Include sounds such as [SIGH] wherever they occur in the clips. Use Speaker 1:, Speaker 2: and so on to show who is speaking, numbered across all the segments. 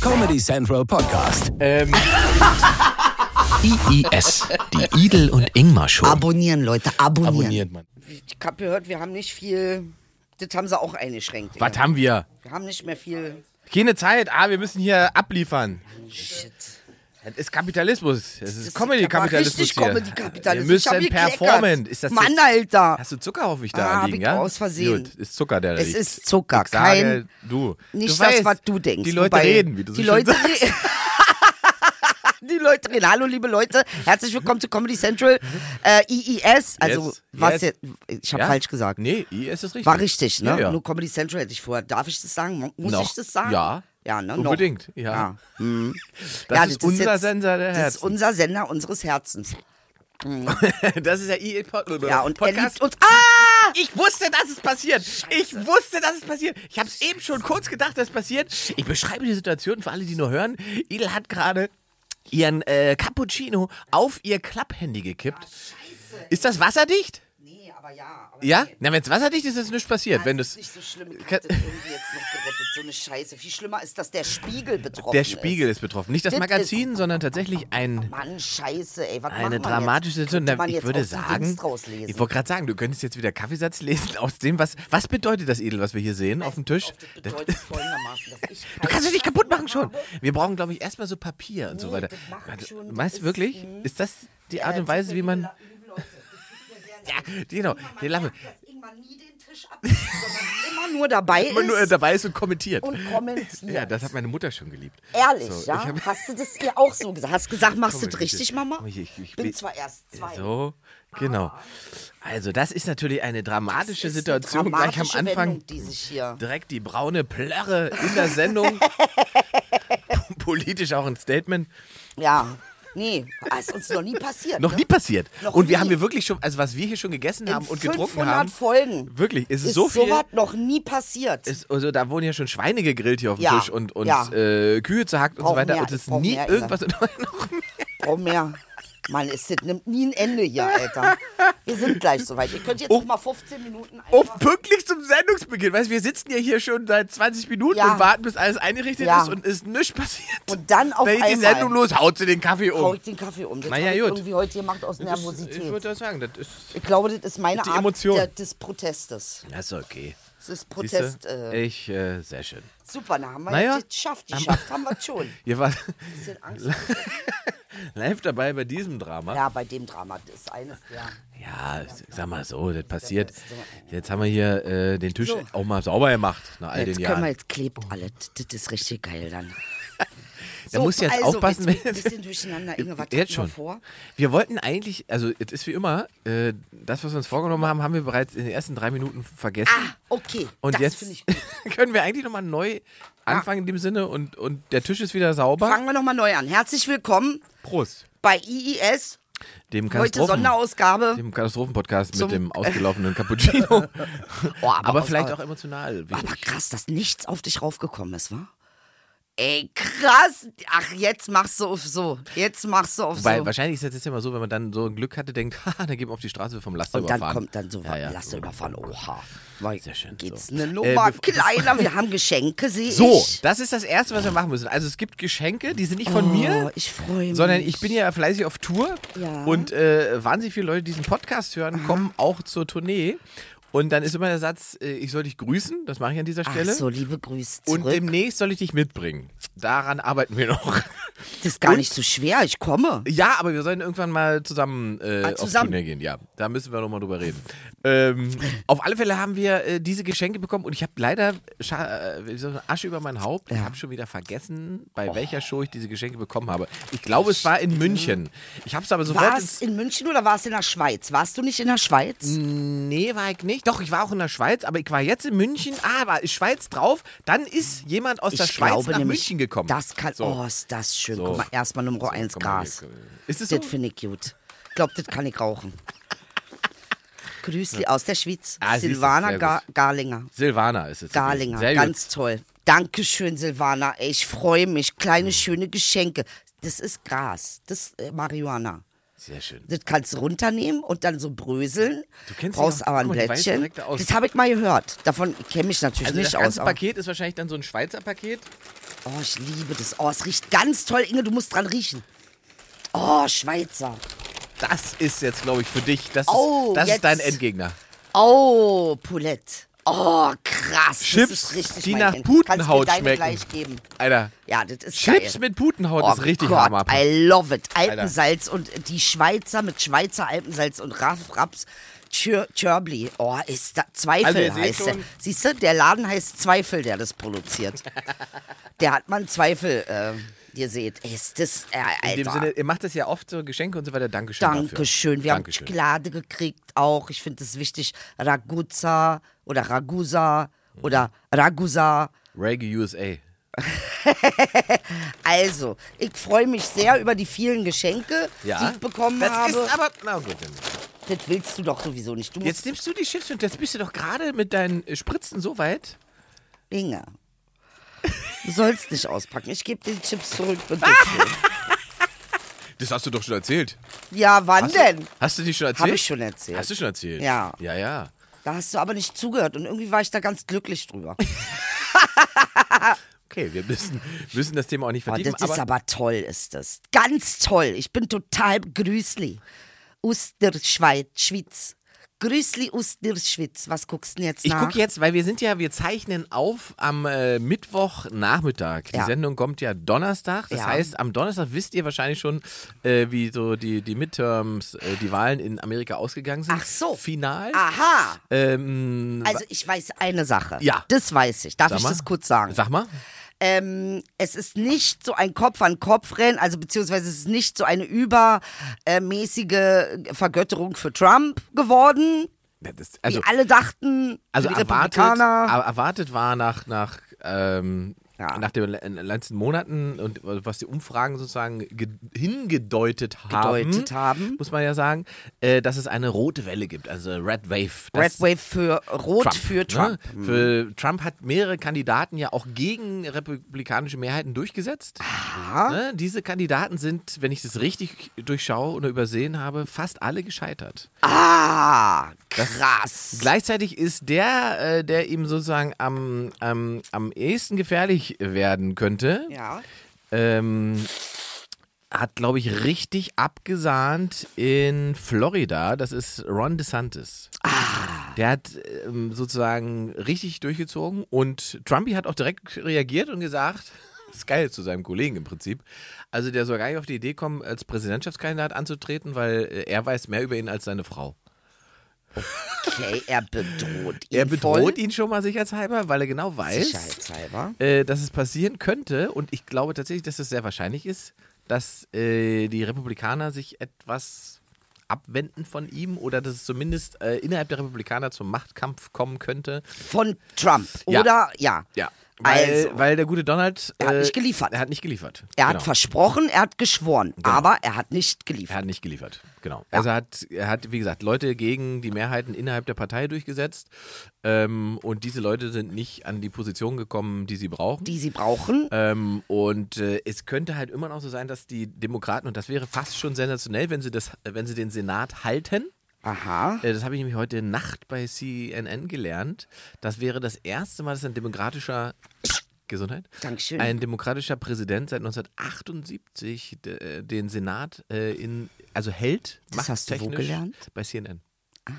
Speaker 1: Comedy Central Podcast.
Speaker 2: Ähm,
Speaker 3: IIS, die Idel und Ingmar Show.
Speaker 4: Abonnieren, Leute, abonnieren.
Speaker 2: abonniert man.
Speaker 4: Ich habe gehört, wir haben nicht viel. Das haben sie auch eingeschränkt. ey.
Speaker 2: Was haben wir?
Speaker 4: Wir haben nicht mehr viel.
Speaker 2: Keine Zeit. Ah, wir müssen hier abliefern.
Speaker 4: Shit.
Speaker 2: Das ist Kapitalismus. Das ist
Speaker 4: Das
Speaker 2: Comedy-Kapitalismus
Speaker 4: Richtig
Speaker 2: hier.
Speaker 4: Comedy-Kapitalismus.
Speaker 2: Wir müssen
Speaker 4: Ich hab gekleckert.
Speaker 2: performen. Ist das
Speaker 4: Mann,
Speaker 2: jetzt-
Speaker 4: Alter.
Speaker 2: Hast du Zucker auf mich
Speaker 4: Ah,
Speaker 2: da
Speaker 4: hab
Speaker 2: liegen,
Speaker 4: ich
Speaker 2: ja?
Speaker 4: aus Versehen.
Speaker 2: Gut, ist Zucker, der da
Speaker 4: Es
Speaker 2: liegt.
Speaker 4: ist Zucker,
Speaker 2: Ich sage,
Speaker 4: kein.
Speaker 2: du.
Speaker 4: Nicht
Speaker 2: du
Speaker 4: das,
Speaker 2: weißt,
Speaker 4: was du denkst.
Speaker 2: Die Leute
Speaker 4: Wobei,
Speaker 2: reden, wie du so
Speaker 4: Die
Speaker 2: schön
Speaker 4: Leute
Speaker 2: sagst.
Speaker 4: re- [LAUGHS] Die Leute reden. Hallo, liebe Leute. Herzlich willkommen zu Comedy Central. Äh, IIS. Also,
Speaker 2: Yes,
Speaker 4: was
Speaker 2: yes.
Speaker 4: jetzt. Ich habe
Speaker 2: Ja?
Speaker 4: falsch gesagt.
Speaker 2: Nee, I ist es richtig.
Speaker 4: War richtig, ne?
Speaker 2: Ja, ja.
Speaker 4: Nur Comedy Central hätte ich vorher. Darf ich das sagen? Mo- Muss
Speaker 2: Noch.
Speaker 4: ich das sagen?
Speaker 2: Ja.
Speaker 4: Ja, ne? Noch.
Speaker 2: Unbedingt, ja.
Speaker 4: Ja. Hm.
Speaker 2: Das
Speaker 4: Ja,
Speaker 2: ist unser
Speaker 4: jetzt-
Speaker 2: Sender der
Speaker 4: Das ist
Speaker 2: Herzen.
Speaker 4: unser Sender unseres Herzens.
Speaker 2: [LAUGHS] Das ist der I Pod
Speaker 4: Ja, und er
Speaker 2: Podcast.
Speaker 4: liebt uns. Ah!
Speaker 2: Ich wusste, dass es passiert. Ich wusste, dass es passiert. Ich habe es eben schon kurz gedacht, dass es passiert. Ich beschreibe die Situation für alle, die nur hören. Idel hat gerade ihren äh, Cappuccino auf ihr Klapphandy
Speaker 4: Ah,
Speaker 2: gekippt. Ist das wasserdicht?
Speaker 4: Nee, aber ja. Aber
Speaker 2: Ja? Na, wenn es wasserdicht ist, ist nichts passiert. Wenn
Speaker 4: das ist
Speaker 2: das
Speaker 4: nicht so schlimm. Ich hab das irgendwie jetzt noch gerettet. So eine Scheiße. Viel schlimmer ist, dass der Spiegel betroffen
Speaker 2: der
Speaker 4: ist.
Speaker 2: Spiegel ist betroffen. Nicht das
Speaker 4: Das ist-
Speaker 2: Magazin, sondern tatsächlich ein,
Speaker 4: Mann, Scheiße, ey. Was
Speaker 2: eine
Speaker 4: macht man
Speaker 2: dramatische
Speaker 4: jetzt?
Speaker 2: Situation.
Speaker 4: Könnte
Speaker 2: Na,
Speaker 4: man
Speaker 2: Ich
Speaker 4: jetzt
Speaker 2: würde
Speaker 4: aus dem Dings
Speaker 2: sagen,
Speaker 4: draus lesen?
Speaker 2: ich wollte gerade sagen, du könntest jetzt wieder Kaffeesatz [LAUGHS] lesen aus dem, was, was bedeutet das Edel, was wir hier sehen auf dem Tisch?
Speaker 4: Das
Speaker 2: Das-
Speaker 4: bedeutet folgendermaßen, dass ich
Speaker 2: [LAUGHS] Du kannst
Speaker 4: keine
Speaker 2: dich nicht kaputt machen
Speaker 4: Ahnung
Speaker 2: schon. Wir brauchen, glaube ich, erstmal so Papier und so
Speaker 4: Nee,
Speaker 2: weiter.
Speaker 4: das mache ich
Speaker 2: Warte,
Speaker 4: schon. Das
Speaker 2: Meinst
Speaker 4: ist-
Speaker 2: du wirklich?
Speaker 4: mhm.
Speaker 2: Ist das die
Speaker 4: habe.
Speaker 2: Art
Speaker 4: Äh,
Speaker 2: und Weise, wie man.
Speaker 4: liebe Leute, das tut mir sehr leid.
Speaker 2: Ja, genau,
Speaker 4: Man
Speaker 2: die Lampe.
Speaker 4: merkt, dass Ingmar nie den Tisch abnimmt,
Speaker 2: [LAUGHS]
Speaker 4: sondern immer nur dabei ist
Speaker 2: Man nur dabei ist und kommentiert.
Speaker 4: und kommentiert.
Speaker 2: Ja, das hat meine Mutter schon geliebt.
Speaker 4: Ehrlich,
Speaker 2: So,
Speaker 4: ja?
Speaker 2: ich hab-
Speaker 4: Hast du das ihr auch so gesagt? Hast gesagt,
Speaker 2: [LAUGHS]
Speaker 4: machst du das
Speaker 2: Kommentiert.
Speaker 4: richtig, Mama?
Speaker 2: Ich- ich- ich
Speaker 4: bin
Speaker 2: bin-
Speaker 4: zwar erst zwei. Ah.
Speaker 2: So, genau. Also, das ist natürlich eine
Speaker 4: Das
Speaker 2: dramatische
Speaker 4: ist eine
Speaker 2: Situation. Gleich
Speaker 4: dramatische
Speaker 2: am Anfang
Speaker 4: Wendung, die sich hier-
Speaker 2: direkt die braune Plörre in
Speaker 4: [LAUGHS]
Speaker 2: der Sendung. Politisch auch ein Statement.
Speaker 4: Ja, nee, ist uns noch nie passiert.
Speaker 2: Noch
Speaker 4: ne?
Speaker 2: nie passiert.
Speaker 4: Noch
Speaker 2: und wir
Speaker 4: nie.
Speaker 2: haben hier wirklich schon, also was wir hier schon gegessen haben und getrunken
Speaker 4: 500
Speaker 2: haben.
Speaker 4: Folgen.
Speaker 2: Wirklich, es ist,
Speaker 4: ist
Speaker 2: so viel.
Speaker 4: sowas noch nie passiert.
Speaker 2: Ist, also da wurden ja schon Schweine gegrillt hier auf dem
Speaker 4: Ja,
Speaker 2: Tisch und, und
Speaker 4: ja.
Speaker 2: äh, Kühe zerhackt und
Speaker 4: Brauch
Speaker 2: so weiter.
Speaker 4: mehr,
Speaker 2: und es
Speaker 4: ich
Speaker 2: ist
Speaker 4: brauch
Speaker 2: nie
Speaker 4: mehr,
Speaker 2: irgendwas. noch mehr.
Speaker 4: Brauch mehr. Mann, es das nimmt nie ein Ende hier, Alter. Wir sind gleich soweit. Ihr könnt jetzt noch mal 15 Minuten
Speaker 2: Oh,
Speaker 4: einfach...
Speaker 2: pünktlich zum Sendungsbeginn. Weißt du, wir sitzen ja hier schon seit 20 Minuten
Speaker 4: Ja.
Speaker 2: und warten, bis alles eingerichtet
Speaker 4: Ja.
Speaker 2: ist und ist nichts passiert.
Speaker 4: Und dann auf
Speaker 2: Dann geht die
Speaker 4: einmal-
Speaker 2: Sendung los, haut sie den Kaffee
Speaker 4: Hau
Speaker 2: um.
Speaker 4: ich den Kaffee um. Das
Speaker 2: Na ja,
Speaker 4: hab ich
Speaker 2: gut.
Speaker 4: irgendwie heute gemacht aus
Speaker 2: Ich
Speaker 4: Nervosität.
Speaker 2: würde sagen, das ist,
Speaker 4: Ich glaube, das ist meine
Speaker 2: Die
Speaker 4: Art
Speaker 2: Emotion.
Speaker 4: Der, des Protestes.
Speaker 2: das ist okay.
Speaker 4: Das ist
Speaker 2: Siehste?
Speaker 4: Protest. Äh,
Speaker 2: Ich, äh, sehr schön.
Speaker 4: super, na haben wir
Speaker 2: Naja.
Speaker 4: naja, geschafft. Geschafft haben wir es schon.
Speaker 2: Ihr wart [LAUGHS]
Speaker 4: bisschen Angst.
Speaker 2: live dabei bei diesem Drama.
Speaker 4: Ja, bei dem Drama das ist eines der.
Speaker 2: Ja, sag mal so, das passiert. Jetzt haben wir hier äh, den Tisch auch mal sauber gemacht nach all
Speaker 4: Jetzt
Speaker 2: den
Speaker 4: können wir,
Speaker 2: Jahren.
Speaker 4: jetzt klebt alles. Das ist richtig geil dann.
Speaker 2: Da musst du jetzt
Speaker 4: also,
Speaker 2: aufpassen.
Speaker 4: Jetzt bin
Speaker 2: wenn-
Speaker 4: ich ein bisschen
Speaker 2: [LAUGHS]
Speaker 4: durcheinander, Inge, was hatten
Speaker 2: jetzt
Speaker 4: wir
Speaker 2: schon.
Speaker 4: vor?
Speaker 2: Wir wollten eigentlich, also es ist wie immer, äh, das, was wir uns vorgenommen haben, haben wir bereits in den ersten drei Minuten vergessen.
Speaker 4: Ah, okay.
Speaker 2: und
Speaker 4: das
Speaker 2: jetzt
Speaker 4: finde
Speaker 2: [LAUGHS]
Speaker 4: ich Ah.
Speaker 2: können wir eigentlich nochmal neu anfangen in dem Sinne und, und der Tisch ist wieder sauber.
Speaker 4: Fangen wir nochmal neu an. Herzlich willkommen
Speaker 2: Prost.
Speaker 4: bei IIS.
Speaker 2: Dem
Speaker 4: Heute
Speaker 2: Katastrophen,
Speaker 4: Sonderausgabe.
Speaker 2: dem Katastrophen-Podcast mit
Speaker 4: Zum-
Speaker 2: dem ausgelaufenen Cappuccino.
Speaker 4: [LAUGHS] Oh,
Speaker 2: aber vielleicht auch emotional.
Speaker 4: Aber krass, dass nichts auf dich raufgekommen ist, wa? Ey, krass. Ach, jetzt machst du auf so. Jetzt machst du auf
Speaker 2: Weil
Speaker 4: so.
Speaker 2: wahrscheinlich ist das jetzt immer so, wenn man dann so ein Glück hatte, denkt, [LAUGHS] haha, da gehen wir auf die Straße vom Laster
Speaker 4: Und dann
Speaker 2: überfahren.
Speaker 4: kommt dann so,
Speaker 2: Ja, ja.
Speaker 4: lass überfahren. Oha. Weil
Speaker 2: Sehr schön,
Speaker 4: Geht's
Speaker 2: so.
Speaker 4: eine
Speaker 2: Äh,
Speaker 4: Nummer
Speaker 2: bevor- [LAUGHS]
Speaker 4: kleiner? Wir haben Geschenke, sehe
Speaker 2: So,
Speaker 4: ich.
Speaker 2: das ist das Erste, was wir machen müssen. Also es gibt Geschenke, die sind nicht von mir,
Speaker 4: Oh, ich freue mich.
Speaker 2: sondern ich bin ja fleißig auf Tour
Speaker 4: Ja.
Speaker 2: und äh, wahnsinnig viele Leute, die diesen Podcast hören, kommen auch zur Tournee. Und dann ist immer der Satz, äh, ich soll dich grüßen, das mache ich an dieser
Speaker 4: Ach
Speaker 2: Stelle.
Speaker 4: so, liebe Grüße
Speaker 2: und
Speaker 4: zurück.
Speaker 2: demnächst soll ich dich mitbringen. Daran arbeiten wir noch.
Speaker 4: das ist gar nicht so schwer, ich komme.
Speaker 2: Ja, aber wir sollen irgendwann mal zusammen, äh,
Speaker 4: Ah,
Speaker 2: auf
Speaker 4: zusammen.
Speaker 2: Turnier gehen. Ja, da müssen wir nochmal
Speaker 4: [LAUGHS]
Speaker 2: drüber reden. ähm, auf alle Fälle haben wir äh, diese Geschenke bekommen und ich habe leider Scha äh, wie soll ich sagen, Asche über mein Haupt. Ich habe schon wieder vergessen,
Speaker 4: Oh.
Speaker 2: bei welcher Show ich diese Geschenke bekommen habe. Ich glaube, es war in München. Ich habe es aber sofort.
Speaker 4: War es in München oder war es in der Schweiz? Warst du nicht in der Schweiz?
Speaker 2: Nee, war ich nicht. Doch, ich war auch in der Schweiz, aber ich war jetzt in München. Ah, war ist Schweiz drauf. Dann ist jemand aus der Schweiz nach
Speaker 4: nämlich,
Speaker 2: München gekommen.
Speaker 4: Das kann.
Speaker 2: So.
Speaker 4: Oh, ist das schön.
Speaker 2: So.
Speaker 4: Guck mal, erstmal Nummer
Speaker 2: So,
Speaker 4: 1
Speaker 2: komm mal
Speaker 4: Gas.
Speaker 2: hier. Ist es so?
Speaker 4: Das finde ich gut. Ich glaube, das kann ich
Speaker 2: [LAUGHS]
Speaker 4: rauchen. Grüßli aus der Schweiz.
Speaker 2: Ah, siehst du,
Speaker 4: Silvana
Speaker 2: sehr
Speaker 4: Ga
Speaker 2: gut.
Speaker 4: Garlinger.
Speaker 2: Silvana ist es.
Speaker 4: Garlinger,
Speaker 2: Sehr gut.
Speaker 4: ganz toll. Dankeschön, Silvana.
Speaker 2: Hm.
Speaker 4: Ey, ich freue mich. Kleine, schöne Geschenke. Das ist Gras. Das ist äh, Marihuana.
Speaker 2: Sehr schön.
Speaker 4: Das kannst du runternehmen und dann so bröseln.
Speaker 2: Du kennst dich
Speaker 4: Brauchst
Speaker 2: doch-
Speaker 4: aber ein
Speaker 2: guck mal, die weiß
Speaker 4: Blättchen.
Speaker 2: direkt aus.
Speaker 4: Das habe ich mal gehört. Davon kenne ich natürlich
Speaker 2: Also das
Speaker 4: nicht
Speaker 2: ganze
Speaker 4: aus. aber-
Speaker 2: Paket ist wahrscheinlich dann so ein Schweizer Paket.
Speaker 4: Oh, ich liebe das. Oh, es riecht ganz toll. Inge, du musst dran riechen. Oh, Schweizer.
Speaker 2: Das ist jetzt, glaube ich, für dich. Das,
Speaker 4: Oh,
Speaker 2: ist, das ist
Speaker 4: jetzt.
Speaker 2: dein Endgegner.
Speaker 4: Oh, Poulette. Oh, krass.
Speaker 2: Chips,
Speaker 4: das ist richtig
Speaker 2: die
Speaker 4: mein
Speaker 2: nach
Speaker 4: Ding. Kannst du mir
Speaker 2: Putenhaut
Speaker 4: deine
Speaker 2: schmecken.
Speaker 4: gleich geben.
Speaker 2: Alter.
Speaker 4: Ja, das ist
Speaker 2: Chips
Speaker 4: geil.
Speaker 2: mit Putenhaut
Speaker 4: Oh
Speaker 2: ist richtig
Speaker 4: Gott,
Speaker 2: Hammer.
Speaker 4: I love it. Alpensalz
Speaker 2: Alter.
Speaker 4: und die Schweizer mit Schweizer Alpensalz und Raff, Raps. Chir- Chörbli. Oh, ist da
Speaker 2: Also
Speaker 4: Zweifel
Speaker 2: ihr seht
Speaker 4: heißt der.
Speaker 2: schon-
Speaker 4: Siehst du, der Laden heißt Zweifel, der das
Speaker 2: [LAUGHS]
Speaker 4: produziert. der hat man Zweifel äh, gesehen. Ist das, äh, Alter.
Speaker 2: In dem Sinne, ihr macht das ja oft so Geschenke und so weiter. Dankeschön.
Speaker 4: Dankeschön.
Speaker 2: Dafür.
Speaker 4: Wir
Speaker 2: Dankeschön.
Speaker 4: haben Schokolade gekriegt auch. Ich finde es wichtig. Ragusa oder Ragusa
Speaker 2: Mhm.
Speaker 4: oder Ragusa.
Speaker 2: Reggae USA.
Speaker 4: Also, ich freue mich sehr über die vielen Geschenke,
Speaker 2: Ja.
Speaker 4: die ich bekommen
Speaker 2: das
Speaker 4: habe.
Speaker 2: ist aber. Na gut. dann-
Speaker 4: das willst du doch sowieso nicht. Du musst
Speaker 2: Jetzt nimmst du die Chips und jetzt bist du doch gerade mit deinen äh, Spritzen so weit.
Speaker 4: Dinge. Du sollst nicht auspacken. Ich gebe dir die Chips zurück. Bitte.
Speaker 2: Ah!
Speaker 4: schön.
Speaker 2: Das hast du doch schon erzählt.
Speaker 4: ja, wann
Speaker 2: Hast
Speaker 4: denn?
Speaker 2: Du, hast du die schon erzählt?
Speaker 4: Habe ich schon erzählt.
Speaker 2: Hast du schon erzählt?
Speaker 4: Ja.
Speaker 2: Ja, ja.
Speaker 4: Da hast du aber nicht zugehört und irgendwie war ich da ganz glücklich drüber.
Speaker 2: Okay, wir müssen, müssen das Thema auch nicht
Speaker 4: Oh,
Speaker 2: vertiefen.
Speaker 4: das ist aber toll, ist das. Ganz toll. Ich bin total grüßli. Aus der Schweiz. Schweiz. Grüßli aus der Schweiz. Was guckst du denn jetzt
Speaker 2: Ich
Speaker 4: nach?
Speaker 2: gucke jetzt, weil wir sind ja, wir zeichnen auf am äh, Mittwochnachmittag. Die
Speaker 4: Ja.
Speaker 2: Sendung kommt ja Donnerstag. Das
Speaker 4: Ja.
Speaker 2: heißt, am Donnerstag wisst ihr wahrscheinlich schon, äh, wie so die, die Midterms, äh, die Wahlen in Amerika ausgegangen sind.
Speaker 4: Ach so. Ah.
Speaker 2: Final.
Speaker 4: Aha.
Speaker 2: Ähm,
Speaker 4: Also ich weiß eine Sache.
Speaker 2: Ja.
Speaker 4: Das weiß ich. Darf
Speaker 2: sag
Speaker 4: ich
Speaker 2: mal.
Speaker 4: das kurz sagen?
Speaker 2: Sag mal.
Speaker 4: ähm, es ist nicht so ein Kopf-an-Kopf-Rennen, also beziehungsweise es ist nicht so eine übermäßige Vergötterung für Trump geworden.
Speaker 2: Ja, Das,
Speaker 4: Wie
Speaker 2: also,
Speaker 4: alle dachten,
Speaker 2: also
Speaker 4: für die
Speaker 2: erwartet,
Speaker 4: Republikaner.
Speaker 2: er- erwartet war nach, nach, ähm,
Speaker 4: Ja.
Speaker 2: nach den le- letzten Monaten und was die Umfragen sozusagen ge- hingedeutet haben,
Speaker 4: Gedeutet haben.
Speaker 2: muss man ja sagen, äh, dass es eine rote Welle gibt, also Red Wave.
Speaker 4: Red
Speaker 2: Das-
Speaker 4: Wave für Rot für Trump. Mhm.
Speaker 2: Ne? Für Trump hat mehrere Kandidaten ja auch gegen republikanische Mehrheiten durchgesetzt. Ne? Diese Kandidaten sind, wenn ich das richtig durchschaue oder übersehen habe, fast alle gescheitert.
Speaker 4: Ah, krass.
Speaker 2: Gleichzeitig ist der, äh, der ihm sozusagen am, am, am ehesten gefährlich werden könnte,
Speaker 4: Ja.
Speaker 2: ähm, hat, glaube ich, richtig abgesahnt in Florida. Das ist Ron DeSantis. Der hat ähm, sozusagen richtig durchgezogen und Trumpy hat auch direkt reagiert und gesagt, [LAUGHS] das ist geil zu seinem Kollegen im Prinzip. Also der soll gar nicht auf die Idee kommen, als Präsidentschaftskandidat anzutreten, weil äh, er weiß mehr über ihn als seine Frau.
Speaker 4: Okay, er bedroht ihn.
Speaker 2: Er bedroht
Speaker 4: voll.
Speaker 2: ihn schon mal sicherheitshalber, weil er genau weiß,
Speaker 4: Sicherheitshalber.
Speaker 2: äh, dass es passieren könnte. Und ich glaube tatsächlich, dass es sehr wahrscheinlich ist, dass äh, die Republikaner sich etwas abwenden von ihm oder dass es zumindest äh, innerhalb der Republikaner zum Machtkampf kommen könnte.
Speaker 4: Von Trump.
Speaker 2: Ja.
Speaker 4: Oder? Ja.
Speaker 2: Weil,
Speaker 4: also,
Speaker 2: weil der gute Donald. äh,
Speaker 4: Er hat nicht geliefert.
Speaker 2: Er hat nicht geliefert.
Speaker 4: er hat
Speaker 2: genau.
Speaker 4: versprochen, er hat geschworen, aber er hat nicht
Speaker 2: Er
Speaker 4: geliefert.
Speaker 2: hat nicht geliefert, genau. Also er hat, er hat, wie gesagt, Leute gegen die Mehrheiten innerhalb der Partei durchgesetzt. Ähm, und diese Leute sind nicht an die Position gekommen, die sie brauchen.
Speaker 4: Die sie brauchen.
Speaker 2: Ähm, und äh, es könnte halt immer noch so sein, dass die Demokraten, und das wäre fast schon sensationell, wenn sie, das, äh, wenn sie den Senat halten.
Speaker 4: Aha.
Speaker 2: Äh, das habe ich nämlich heute Nacht bei CNN gelernt. Das wäre das erste Mal, dass ein demokratischer. Gesundheit.
Speaker 4: Dankeschön.
Speaker 2: Ein demokratischer Präsident seit 1978 de, äh, den Senat äh, in, also hält.
Speaker 4: Das hast du wo
Speaker 2: machttechnisch
Speaker 4: gelernt?
Speaker 2: Bei CNN. Mhm.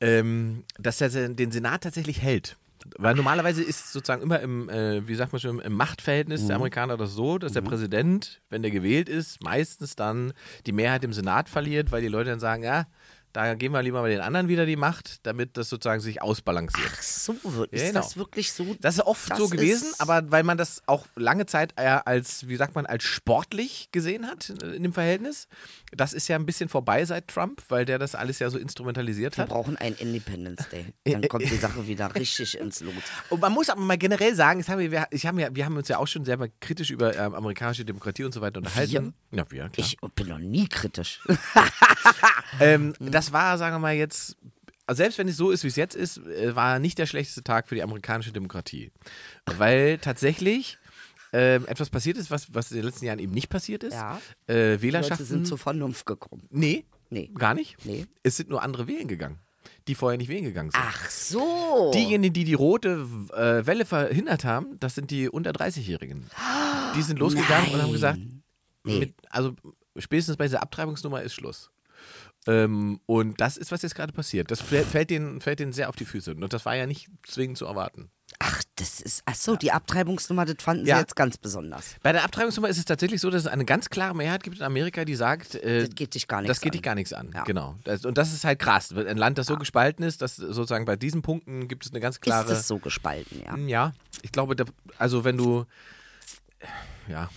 Speaker 2: Ähm, dass er se- den Senat tatsächlich hält. Weil normalerweise ist sozusagen immer im, äh, wie sagt man schon, im Machtverhältnis
Speaker 4: Mhm.
Speaker 2: der Amerikaner das so, dass der Präsident, wenn der gewählt ist, meistens dann die Mehrheit im Senat verliert, weil die Leute dann sagen, ja, da geben wir lieber mal den anderen wieder die Macht, damit das sozusagen sich ausbalanciert.
Speaker 4: Ach so, ist
Speaker 2: Genau.
Speaker 4: das wirklich so?
Speaker 2: Das ist oft
Speaker 4: Das
Speaker 2: so gewesen,
Speaker 4: ist-
Speaker 2: aber weil man das auch lange Zeit eher als, wie sagt man, als sportlich gesehen hat äh, in dem Verhältnis. Das ist ja ein bisschen vorbei seit Trump, weil der das alles ja so instrumentalisiert
Speaker 4: Wir
Speaker 2: hat.
Speaker 4: brauchen einen Independence
Speaker 2: [LAUGHS]
Speaker 4: Day. Dann kommt die Sache wieder richtig ins Lot.
Speaker 2: Und man muss aber mal generell sagen, das haben wir, wir, ich haben ja, wir haben uns ja auch schon sehr mal kritisch über ähm, amerikanische Demokratie und so weiter unterhalten. Ja, wir, klar.
Speaker 4: Ich bin noch nie kritisch.
Speaker 2: ähm,
Speaker 4: Mhm.
Speaker 2: Das war, sagen wir mal jetzt, also selbst wenn es so ist, wie es jetzt ist, äh, war nicht der schlechteste Tag für die amerikanische Demokratie. Weil tatsächlich. ähm, etwas passiert ist, was, was in den letzten Jahren eben nicht passiert ist.
Speaker 4: Ja. Die
Speaker 2: Äh,
Speaker 4: Leute
Speaker 2: Wählerschaften.
Speaker 4: sind zur Vernunft gekommen.
Speaker 2: nee,
Speaker 4: Nee.
Speaker 2: gar nicht.
Speaker 4: Nee.
Speaker 2: Es sind nur andere wählen gegangen, die vorher nicht wählen gegangen sind.
Speaker 4: Ach so.
Speaker 2: Diejenigen, die die rote äh, Welle verhindert haben, das sind die unter 30-Jährigen. Die sind losgegangen und haben gesagt, mit, also spätestens bei dieser Abtreibungsnummer ist Schluss. Ähm, und das ist, was jetzt gerade passiert. Das fäll- fällt denen, fällt denen sehr auf die Füße. Und das war ja nicht zwingend zu erwarten.
Speaker 4: Ach, das ist. Ach so, die Abtreibungsnummer, das fanden
Speaker 2: Ja.
Speaker 4: sie jetzt ganz besonders.
Speaker 2: Bei der Abtreibungsnummer ist es tatsächlich so, dass es eine ganz klare Mehrheit gibt in Amerika, die sagt, äh,
Speaker 4: Das geht dich gar nichts
Speaker 2: das geht
Speaker 4: an.
Speaker 2: dich gar nichts an.
Speaker 4: Ja.
Speaker 2: Genau. Das, und das ist halt krass. weil Ein Land, das so gespalten ist, dass sozusagen bei diesen Punkten gibt es eine ganz klare.
Speaker 4: Ist es so gespalten, ja.
Speaker 2: Ja, ich glaube, da, also wenn du. Ja,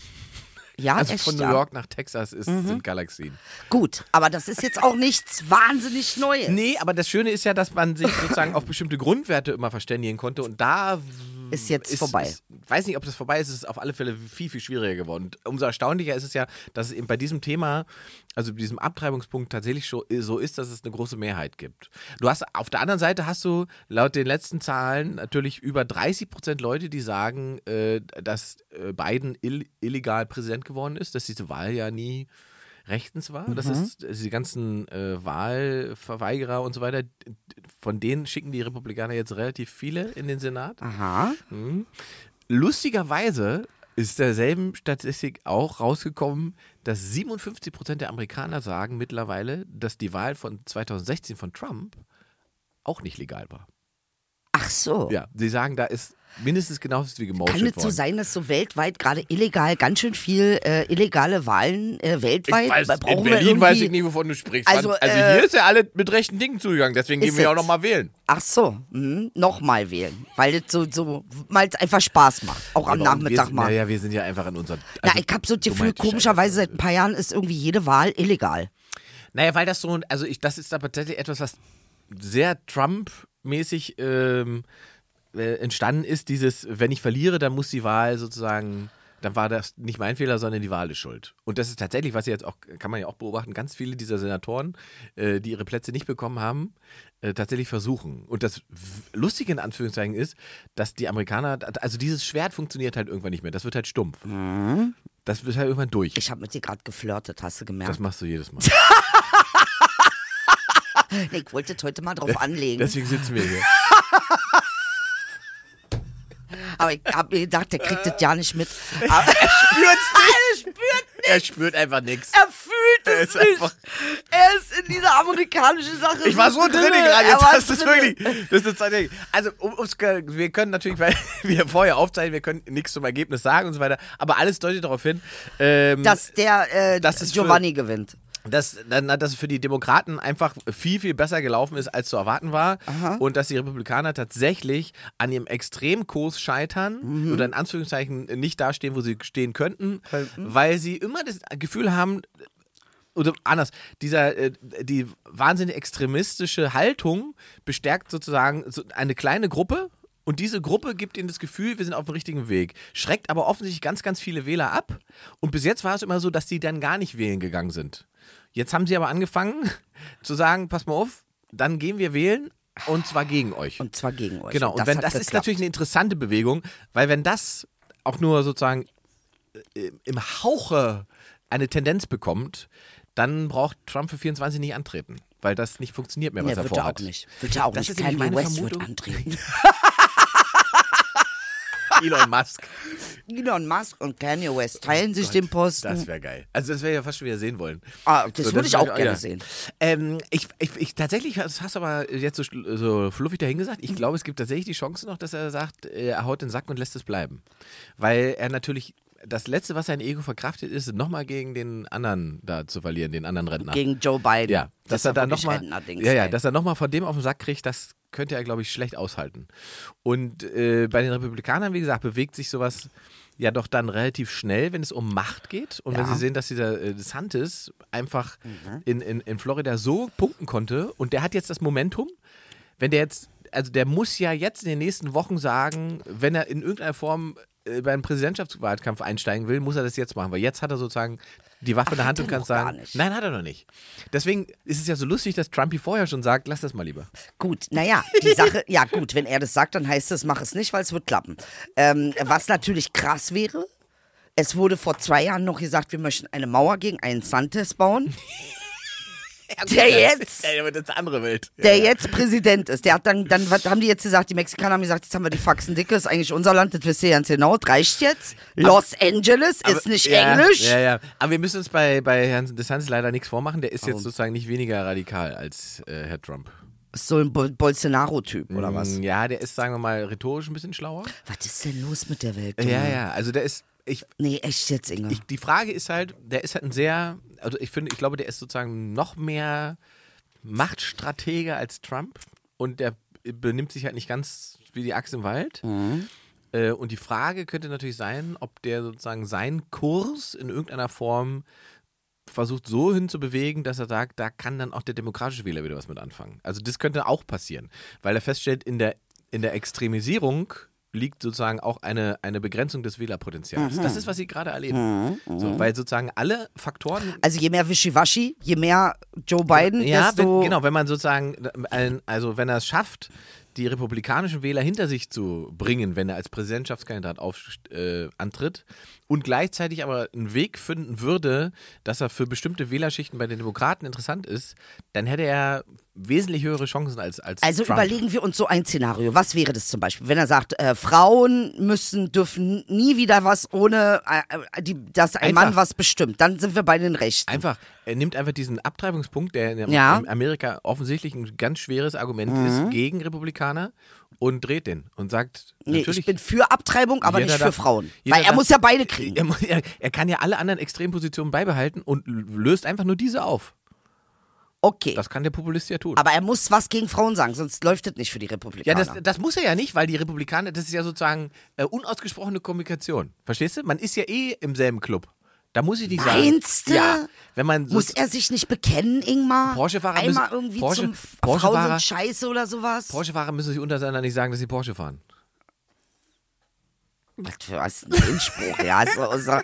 Speaker 4: Ja,
Speaker 2: also
Speaker 4: echt,
Speaker 2: von New
Speaker 4: ja.
Speaker 2: York nach Texas ist, sind Galaxien.
Speaker 4: Gut, aber das ist jetzt auch nichts wahnsinnig Neues.
Speaker 2: Nee, aber das Schöne ist ja, dass man sich sozusagen auf bestimmte Grundwerte immer verständigen konnte und da.
Speaker 4: Ist jetzt vorbei.
Speaker 2: Ist, weiß nicht, ob das vorbei ist, es ist auf alle Fälle viel, viel schwieriger geworden. Und umso erstaunlicher ist es ja, dass es eben bei diesem Thema, also diesem Abtreibungspunkt tatsächlich scho- so ist, dass es eine große Mehrheit gibt. Du hast, auf der anderen Seite hast du laut den letzten Zahlen natürlich über 30 Prozent Leute, die sagen, äh, dass äh, Biden ill illegal Präsident geworden ist, dass diese Wahl ja nie rechtens war.
Speaker 4: Mhm.
Speaker 2: Das ist also die ganzen äh, Wahlverweigerer und so weiter. d- d- Von denen schicken die Republikaner jetzt relativ viele in den Senat.
Speaker 4: Aha.
Speaker 2: Lustigerweise ist derselben Statistik auch rausgekommen, dass 57 Prozent der Amerikaner sagen mittlerweile, dass die Wahl von 2016 von Trump auch nicht legal war.
Speaker 4: Ach so.
Speaker 2: Ja, sie sagen, da ist mindestens genauso wie
Speaker 4: Kann
Speaker 2: gemauschelt
Speaker 4: es so
Speaker 2: worden.
Speaker 4: sein, dass so weltweit gerade illegal ganz schön viel äh, illegale Wahlen äh, weltweit? weil
Speaker 2: in
Speaker 4: brauchen wir
Speaker 2: Berlin
Speaker 4: irgendwie-
Speaker 2: weiß ich nicht, wovon du sprichst.
Speaker 4: Also,
Speaker 2: also
Speaker 4: äh,
Speaker 2: hier ist ja alle mit rechten Dingen zugegangen, deswegen gehen
Speaker 4: ist
Speaker 2: wir ja auch
Speaker 4: es.
Speaker 2: nochmal wählen.
Speaker 4: Ach so, hm, nochmal wählen, weil das so, so mal einfach Spaß macht, auch am
Speaker 2: Aber wir
Speaker 4: Nachmittag
Speaker 2: sind,
Speaker 4: mal.
Speaker 2: Naja, wir sind ja einfach in unserem.
Speaker 4: Na,
Speaker 2: also
Speaker 4: ich habe so das Gefühl,
Speaker 2: Dummheit ist
Speaker 4: komischerweise
Speaker 2: scheiße.
Speaker 4: seit ein paar Jahren ist irgendwie jede Wahl illegal.
Speaker 2: Naja, weil das so ein. Also, ich, das ist aber tatsächlich etwas, was sehr Trump-mäßig ähm, äh, entstanden ist: dieses, wenn ich verliere, dann muss die Wahl sozusagen. Dann war das nicht mein Fehler, sondern die Wahl ist schuld. Und das ist tatsächlich, was jetzt auch, kann man ja auch beobachten, ganz viele dieser Senatoren, äh, die ihre Plätze nicht bekommen haben, äh, tatsächlich versuchen. Und das W- Lustige in Anführungszeichen ist, dass die Amerikaner, also dieses Schwert funktioniert halt irgendwann nicht mehr. Das wird halt stumpf. Das wird halt irgendwann durch.
Speaker 4: Ich habe mit dir gerade geflirtet, hast du gemerkt?
Speaker 2: Das machst du jedes Mal.
Speaker 4: Nee, ich wollte das heute mal
Speaker 2: [LAUGHS]
Speaker 4: drauf anlegen.
Speaker 2: Deswegen sitzen wir hier.
Speaker 4: aber ich habe mir gedacht, der kriegt das ja nicht
Speaker 2: [LAUGHS]
Speaker 4: mit. Aber
Speaker 2: Spürt's nicht. Er spürt einfach nichts.
Speaker 4: er fühlt
Speaker 2: Er
Speaker 4: es
Speaker 2: ist
Speaker 4: nicht.
Speaker 2: einfach-
Speaker 4: Er ist in dieser amerikanischen Sache.
Speaker 2: Ich war so drin gerade,
Speaker 4: er
Speaker 2: jetzt
Speaker 4: war
Speaker 2: hast du es
Speaker 4: drinne.
Speaker 2: wirklich. Das ist tatsächlich. Also, um, um's, wir können natürlich, weil [LAUGHS] wir vorher aufzeichnen, wir können nichts zum Ergebnis sagen und so weiter, aber alles deutet darauf hin, ähm, dass,
Speaker 4: Dass der äh,
Speaker 2: Das ist für-
Speaker 4: Giovanni gewinnt.
Speaker 2: na, na, dass es für die Demokraten einfach viel, viel besser gelaufen ist, als zu erwarten war. Und dass die Republikaner tatsächlich an ihrem Extremkurs scheitern
Speaker 4: Mhm.
Speaker 2: oder in Anführungszeichen nicht dastehen, wo sie stehen könnten, weil sie immer das Gefühl haben, oder anders, dieser, äh, die wahnsinnig extremistische Haltung bestärkt sozusagen so eine kleine Gruppe und diese Gruppe gibt ihnen das Gefühl, wir sind auf dem richtigen Weg, schreckt aber offensichtlich ganz, ganz viele Wähler ab und bis jetzt war es immer so, dass die dann gar nicht wählen gegangen sind. Jetzt haben sie aber angefangen [LAUGHS] zu sagen, pass mal auf, dann gehen wir wählen und zwar gegen euch.
Speaker 4: Und zwar gegen euch.
Speaker 2: Genau, und wenn
Speaker 4: hat
Speaker 2: das ist
Speaker 4: geklappt.
Speaker 2: natürlich eine interessante Bewegung, weil wenn das auch nur sozusagen äh, im Hauche eine Tendenz bekommt, dann braucht Trump für 24 nicht antreten, weil das nicht funktioniert mehr, was
Speaker 4: Nee,
Speaker 2: er
Speaker 4: wird er auch
Speaker 2: vorhat.
Speaker 4: nicht. Wird er auch
Speaker 2: Das
Speaker 4: nicht.
Speaker 2: ist nämlich
Speaker 4: Kanye
Speaker 2: meine
Speaker 4: West wird
Speaker 2: Vermutung.
Speaker 4: antreten.
Speaker 2: [LAUGHS]
Speaker 4: [LAUGHS]
Speaker 2: Elon Musk,
Speaker 4: Elon Musk und Kanye West teilen sich den Posten.
Speaker 2: Oh das wäre geil. Also das wäre ja fast schon wieder sehen wollen.
Speaker 4: Ah, das würde ich auch
Speaker 2: wär-
Speaker 4: gerne sehen.
Speaker 2: halt Ähm, ich, ich, ich tatsächlich, das hast du aber jetzt so, schl- so fluffig dahingesagt,
Speaker 4: Mhm.
Speaker 2: ich glaube, es gibt tatsächlich die Chance noch, dass er sagt, äh, er haut den Sack und lässt es bleiben. Weil er natürlich, das Letzte, was sein Ego verkraftet, ist, nochmal gegen den anderen da zu verlieren, den anderen Rentner.
Speaker 4: gegen Joe Biden.
Speaker 2: ja, dass er
Speaker 4: da
Speaker 2: dann nochmal, ja, ja, dass er noch mal von dem auf den Sack kriegt, das könnte er, glaube ich, schlecht aushalten. Und äh, bei den Republikanern, wie gesagt, bewegt sich sowas ja doch dann relativ schnell, wenn es um Macht geht. Und wenn sie sehen, dass dieser äh, DeSantis einfach in, in, in Florida so punkten konnte und der hat jetzt das Momentum, wenn der jetzt, also der muss ja jetzt in den nächsten Wochen sagen, wenn er in irgendeiner Form äh, beim Präsidentschaftswahlkampf einsteigen will, muss er das jetzt machen, weil jetzt hat er sozusagen die Waffe in der Hand
Speaker 4: hat
Speaker 2: und
Speaker 4: er
Speaker 2: kann
Speaker 4: noch gar
Speaker 2: sagen,
Speaker 4: nicht.
Speaker 2: nein, hat er noch nicht. Deswegen ist es ja so lustig, dass Trumpy vorher schon sagt, lass das mal lieber.
Speaker 4: Gut, naja, die Sache, ja gut, wenn er das sagt, dann heißt es, mach es nicht, weil es wird klappen. Ähm, Was natürlich krass wäre, Es wurde vor zwei Jahren noch gesagt, wir möchten eine Mauer gegen einen Santes bauen. [LAUGHS] der jetzt,
Speaker 2: Ja, aber das ist eine andere Welt.
Speaker 4: der jetzt Präsident ist. Der hat dann, dann was haben die jetzt gesagt? Die Mexikaner haben gesagt, jetzt haben wir die Faxen dicke, ist eigentlich unser Land, das wisst ihr ganz genau, das reicht jetzt. Los Angeles ist nicht
Speaker 2: ja,
Speaker 4: Englisch.
Speaker 2: Ja, ja. Aber wir müssen uns bei, bei Herrn DeSantis leider nichts vormachen. Der ist jetzt sozusagen nicht weniger radikal als äh, Herr Trump.
Speaker 4: Ist so ein Bol Bolsonaro-Typ oder was?
Speaker 2: Mm, Ja, der ist, sagen wir mal, rhetorisch ein bisschen schlauer.
Speaker 4: Was ist denn los mit der Welt?
Speaker 2: Ja,
Speaker 4: Junge?
Speaker 2: ja. Also der ist. Ich,
Speaker 4: Nee, echt jetzt, Inge.
Speaker 2: ich, die Frage ist halt, der ist halt ein sehr. Also ich finde, ich glaube, der ist sozusagen noch mehr Machtstratege als Trump. Und der benimmt sich halt nicht ganz wie die Axt im Wald. Äh, Und die Frage könnte natürlich sein, ob der sozusagen seinen Kurs in irgendeiner Form versucht so hinzubewegen, dass er sagt, da kann dann auch der demokratische Wähler wieder was mit anfangen. Also das könnte auch passieren, weil er feststellt, in der, in der Extremisierung liegt sozusagen auch eine, eine Begrenzung des Wählerpotenzials. Das ist, was sie gerade erleben. So, weil sozusagen alle Faktoren
Speaker 4: also je mehr Wischiwaschi, je mehr Joe Biden,
Speaker 2: ja,
Speaker 4: desto...
Speaker 2: wenn, genau, wenn man sozusagen, ein- also wenn er es schafft, die republikanischen Wähler hinter sich zu bringen, wenn er als Präsidentschaftskandidat auf, äh, antritt und gleichzeitig aber einen Weg finden würde, dass er für bestimmte Wählerschichten bei den Demokraten interessant ist, dann hätte er wesentlich höhere Chancen als, als
Speaker 4: Also
Speaker 2: Trump.
Speaker 4: überlegen wir uns so ein Szenario. Was wäre das zum Beispiel, wenn er sagt, äh, Frauen müssen dürfen nie wieder was ohne, äh, die, dass ein
Speaker 2: Einfach.
Speaker 4: Mann was bestimmt. Dann sind wir bei den Rechten.
Speaker 2: Einfach, er nimmt einfach diesen Abtreibungspunkt, der in
Speaker 4: Ja. Mhm.
Speaker 2: in Amerika offensichtlich ein ganz schweres Argument ist gegen Republikaner und dreht den und sagt,
Speaker 4: Nee,
Speaker 2: natürlich
Speaker 4: ich bin für Abtreibung, aber
Speaker 2: Jeder
Speaker 4: nicht für
Speaker 2: darf-
Speaker 4: Frauen.
Speaker 2: jeder
Speaker 4: Weil er
Speaker 2: darf-
Speaker 4: muss ja beide kriegen.
Speaker 2: Er, muss- er, er kann ja alle anderen Extrempositionen beibehalten und l- löst einfach nur diese auf.
Speaker 4: Okay.
Speaker 2: Das kann der Populist ja tun.
Speaker 4: aber er muss was gegen Frauen sagen, sonst läuft das nicht für die
Speaker 2: ja,
Speaker 4: Republikaner.
Speaker 2: das, das muss er ja nicht, weil die Republikaner, das ist ja sozusagen äh, unausgesprochene Kommunikation. Verstehst du? Man ist ja eh im selben Club. Da muss ich nicht sagen.
Speaker 4: Meinst du?
Speaker 2: Ja. Wenn man so-
Speaker 4: muss er sich nicht bekennen, Ingmar?
Speaker 2: Porschefahrer müssen-
Speaker 4: Einmal irgendwie
Speaker 2: Porsche-
Speaker 4: zum Frauen
Speaker 2: Porschefahrer-
Speaker 4: sind scheiße oder sowas?
Speaker 2: Porsche-Fahrer müssen sich untereinander nicht sagen, dass sie Porsche fahren.
Speaker 4: Was für was ein Einspruch, ja, so außer,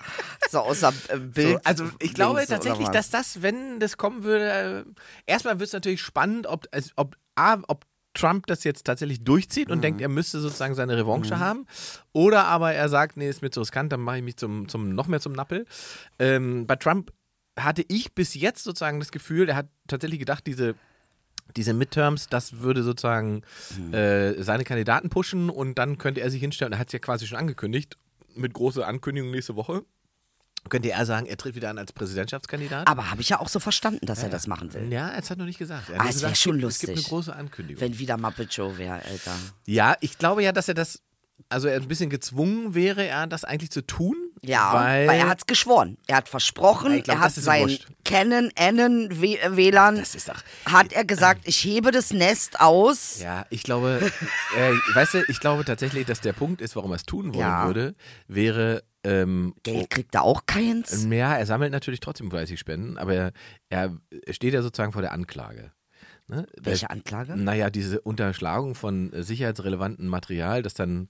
Speaker 4: so außer äh, Bild.
Speaker 2: So, also ich glaube
Speaker 4: Dings oder
Speaker 2: tatsächlich,
Speaker 4: was.
Speaker 2: dass das, wenn das kommen würde, äh, erstmal wird es natürlich spannend, ob, es- ob, A, ob Trump das jetzt tatsächlich durchzieht
Speaker 4: Mhm.
Speaker 2: und denkt, er müsste sozusagen seine Revanche haben. Oder aber er sagt, nee, ist mir zu riskant, dann mache ich mich zum, zum, noch mehr zum Nappel. Ähm, bei Trump hatte ich bis jetzt sozusagen das Gefühl, er hat tatsächlich gedacht, diese diese Midterms, das würde sozusagen
Speaker 4: Mhm.
Speaker 2: äh, seine Kandidaten pushen und dann könnte er sich hinstellen. Er hat es ja quasi schon angekündigt, mit großer Ankündigung nächste Woche. Könnte er sagen, er tritt wieder an als Präsidentschaftskandidat?
Speaker 4: Aber habe ich ja auch so verstanden, dass er das machen will.
Speaker 2: ja, Mhm. er hat noch nicht gesagt.
Speaker 4: Ah,
Speaker 2: Er hat nur
Speaker 4: es wär
Speaker 2: gesagt, es
Speaker 4: schon
Speaker 2: gibt- Es
Speaker 4: lustig.
Speaker 2: gibt eine große Ankündigung.
Speaker 4: Wenn wieder Muppet Joe wäre, Alter.
Speaker 2: Ja, ich glaube ja, dass er das, also er ein bisschen gezwungen wäre, er das eigentlich zu tun.
Speaker 4: Ja, weil,
Speaker 2: weil,
Speaker 4: er hat es geschworen. Er hat versprochen,
Speaker 2: Ich glaub,
Speaker 4: er hat
Speaker 2: das ist ihm
Speaker 4: seinen
Speaker 2: wurscht.
Speaker 4: Canon, Anon W- äh, WLAN,
Speaker 2: Das ist doch-
Speaker 4: hat er gesagt, ich hebe das Nest aus.
Speaker 2: Ja, ich glaube, äh, weißt du, ich glaube tatsächlich, dass der Punkt ist, warum er es tun wollen
Speaker 4: Ja.
Speaker 2: würde, wäre, ähm,
Speaker 4: Geld kriegt er auch keins.
Speaker 2: Ja, er sammelt natürlich trotzdem fleißig Spenden, aber er, er steht ja sozusagen vor der Anklage. Ne?
Speaker 4: Welche
Speaker 2: Der-
Speaker 4: Anklage?
Speaker 2: Naja, diese Unterschlagung von äh, sicherheitsrelevantem Material, das dann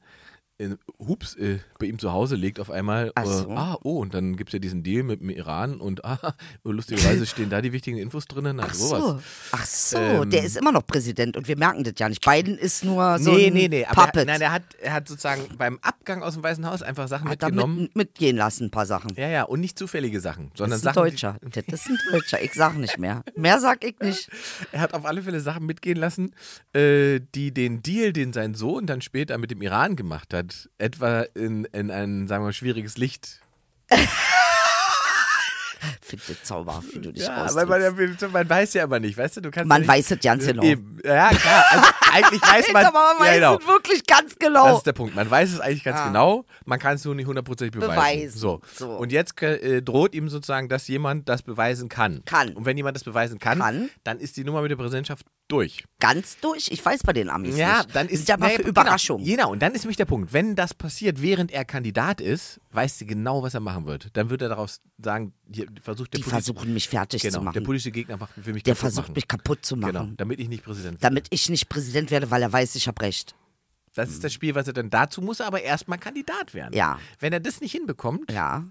Speaker 2: in, hups äh, bei ihm zu Hause liegt auf einmal.
Speaker 4: Ach
Speaker 2: äh,
Speaker 4: so.
Speaker 2: ah, oh, und dann gibt es ja diesen Deal mit dem Iran und [LAUGHS] ah,
Speaker 4: [LAUGHS]
Speaker 2: lustigerweise stehen da die wichtigen Infos drinnen. Na,
Speaker 4: Ach so,
Speaker 2: sowas.
Speaker 4: Ach so
Speaker 2: Ähm,
Speaker 4: der ist immer noch Präsident und wir merken das ja nicht. Biden ist nur so Also
Speaker 2: nee,
Speaker 4: ein
Speaker 2: nee, nee. Aber
Speaker 4: Puppet.
Speaker 2: er, nein, er hat, er hat sozusagen beim Abgang aus dem Weißen Haus einfach Sachen
Speaker 4: hat da
Speaker 2: mitgenommen.
Speaker 4: mit, mitgehen lassen, ein paar Sachen.
Speaker 2: ja, ja, und nicht zufällige Sachen, sondern
Speaker 4: Das ist ein
Speaker 2: Sachen. die-
Speaker 4: Deutscher. Das ist ein Deutscher. Ich sag nicht mehr. Mehr sag ich nicht.
Speaker 2: Er hat auf alle Fälle Sachen mitgehen lassen, äh, die den Deal, den sein Sohn dann später mit dem Iran gemacht hat, etwa in, in ein, sagen wir mal, schwieriges Licht.
Speaker 4: Finde zauberhaft, wie du dich
Speaker 2: Ja, weil
Speaker 4: ausdrückst.
Speaker 2: man, ja- man weiß ja aber nicht, weißt du, du kannst
Speaker 4: Man
Speaker 2: ja nicht,
Speaker 4: weiß es ganz genau.
Speaker 2: Eben. Ja, klar. Also,
Speaker 4: [LAUGHS]
Speaker 2: eigentlich weiß man.
Speaker 4: Alter, aber man
Speaker 2: ja,
Speaker 4: weiß
Speaker 2: genau.
Speaker 4: es wirklich ganz
Speaker 2: Das
Speaker 4: genau.
Speaker 2: ist der Punkt. Man weiß es eigentlich ganz genau, man kann es nur nicht hundertprozentig beweisen.
Speaker 4: Beweisen.
Speaker 2: So.
Speaker 4: So.
Speaker 2: Und jetzt äh, droht ihm sozusagen, dass jemand das beweisen kann.
Speaker 4: Kann.
Speaker 2: Und wenn jemand das beweisen kann,
Speaker 4: Kann.
Speaker 2: dann ist die Nummer mit der Präsidentschaft durch.
Speaker 4: Ganz durch? Ich weiß bei den Amis
Speaker 2: Ja,
Speaker 4: nicht.
Speaker 2: dann
Speaker 4: Die
Speaker 2: ist
Speaker 4: sind ja mal
Speaker 2: nee,
Speaker 4: für Überraschung.
Speaker 2: Genau, genau, und dann ist nämlich der Punkt, wenn das passiert, während er Kandidat ist, weiß sie genau, was er machen wird. Dann wird er daraus sagen, hier, versucht der
Speaker 4: Die
Speaker 2: politische-
Speaker 4: versuchen mich fertig
Speaker 2: genau,
Speaker 4: zu
Speaker 2: der
Speaker 4: machen.
Speaker 2: politische Gegner macht für mich
Speaker 4: Der
Speaker 2: kaputt
Speaker 4: versucht
Speaker 2: machen.
Speaker 4: mich kaputt zu
Speaker 2: Genau,
Speaker 4: machen.
Speaker 2: damit ich nicht Präsident bin.
Speaker 4: Damit ich nicht Präsident werde, weil er weiß, ich habe recht.
Speaker 2: Das ist das Spiel, was er dann dazu muss, er aber erstmal Kandidat werden.
Speaker 4: Ja.
Speaker 2: Wenn er das nicht hinbekommt,
Speaker 4: Ja.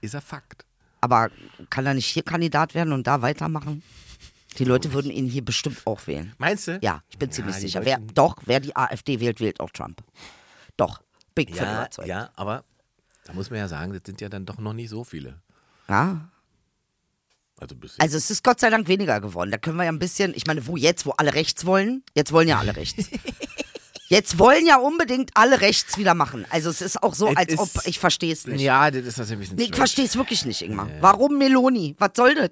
Speaker 2: ist er Fakt.
Speaker 4: Aber kann er nicht hier Kandidat werden und da weitermachen? Die Leute würden ihn hier bestimmt auch wählen.
Speaker 2: Meinst du?
Speaker 4: Ja, ich bin ziemlich
Speaker 2: die
Speaker 4: sicher. Wer,
Speaker 2: Deutschen-
Speaker 4: doch, wer die AfD wählt, wählt auch Trump. Doch, bin ich von
Speaker 2: ja,
Speaker 4: überzeugt.
Speaker 2: ja, aber Da muss man ja sagen, das sind ja dann doch noch nicht so viele.
Speaker 4: Ja.
Speaker 2: Also, bis jetzt.
Speaker 4: Also es ist Gott sei Dank weniger geworden. Da können wir ja ein bisschen, ich meine, wo jetzt, wo alle rechts wollen? Jetzt wollen ja alle
Speaker 2: [LAUGHS]
Speaker 4: rechts. Jetzt wollen ja unbedingt alle rechts wieder machen. Also es ist auch so,
Speaker 2: Es
Speaker 4: als
Speaker 2: ist-
Speaker 4: ob ich verstehe es nicht.
Speaker 2: ja, das ist natürlich ein bisschen
Speaker 4: Nee, ich
Speaker 2: strange.
Speaker 4: verstehe es wirklich nicht, Ingmar. Warum Meloni? Was soll das?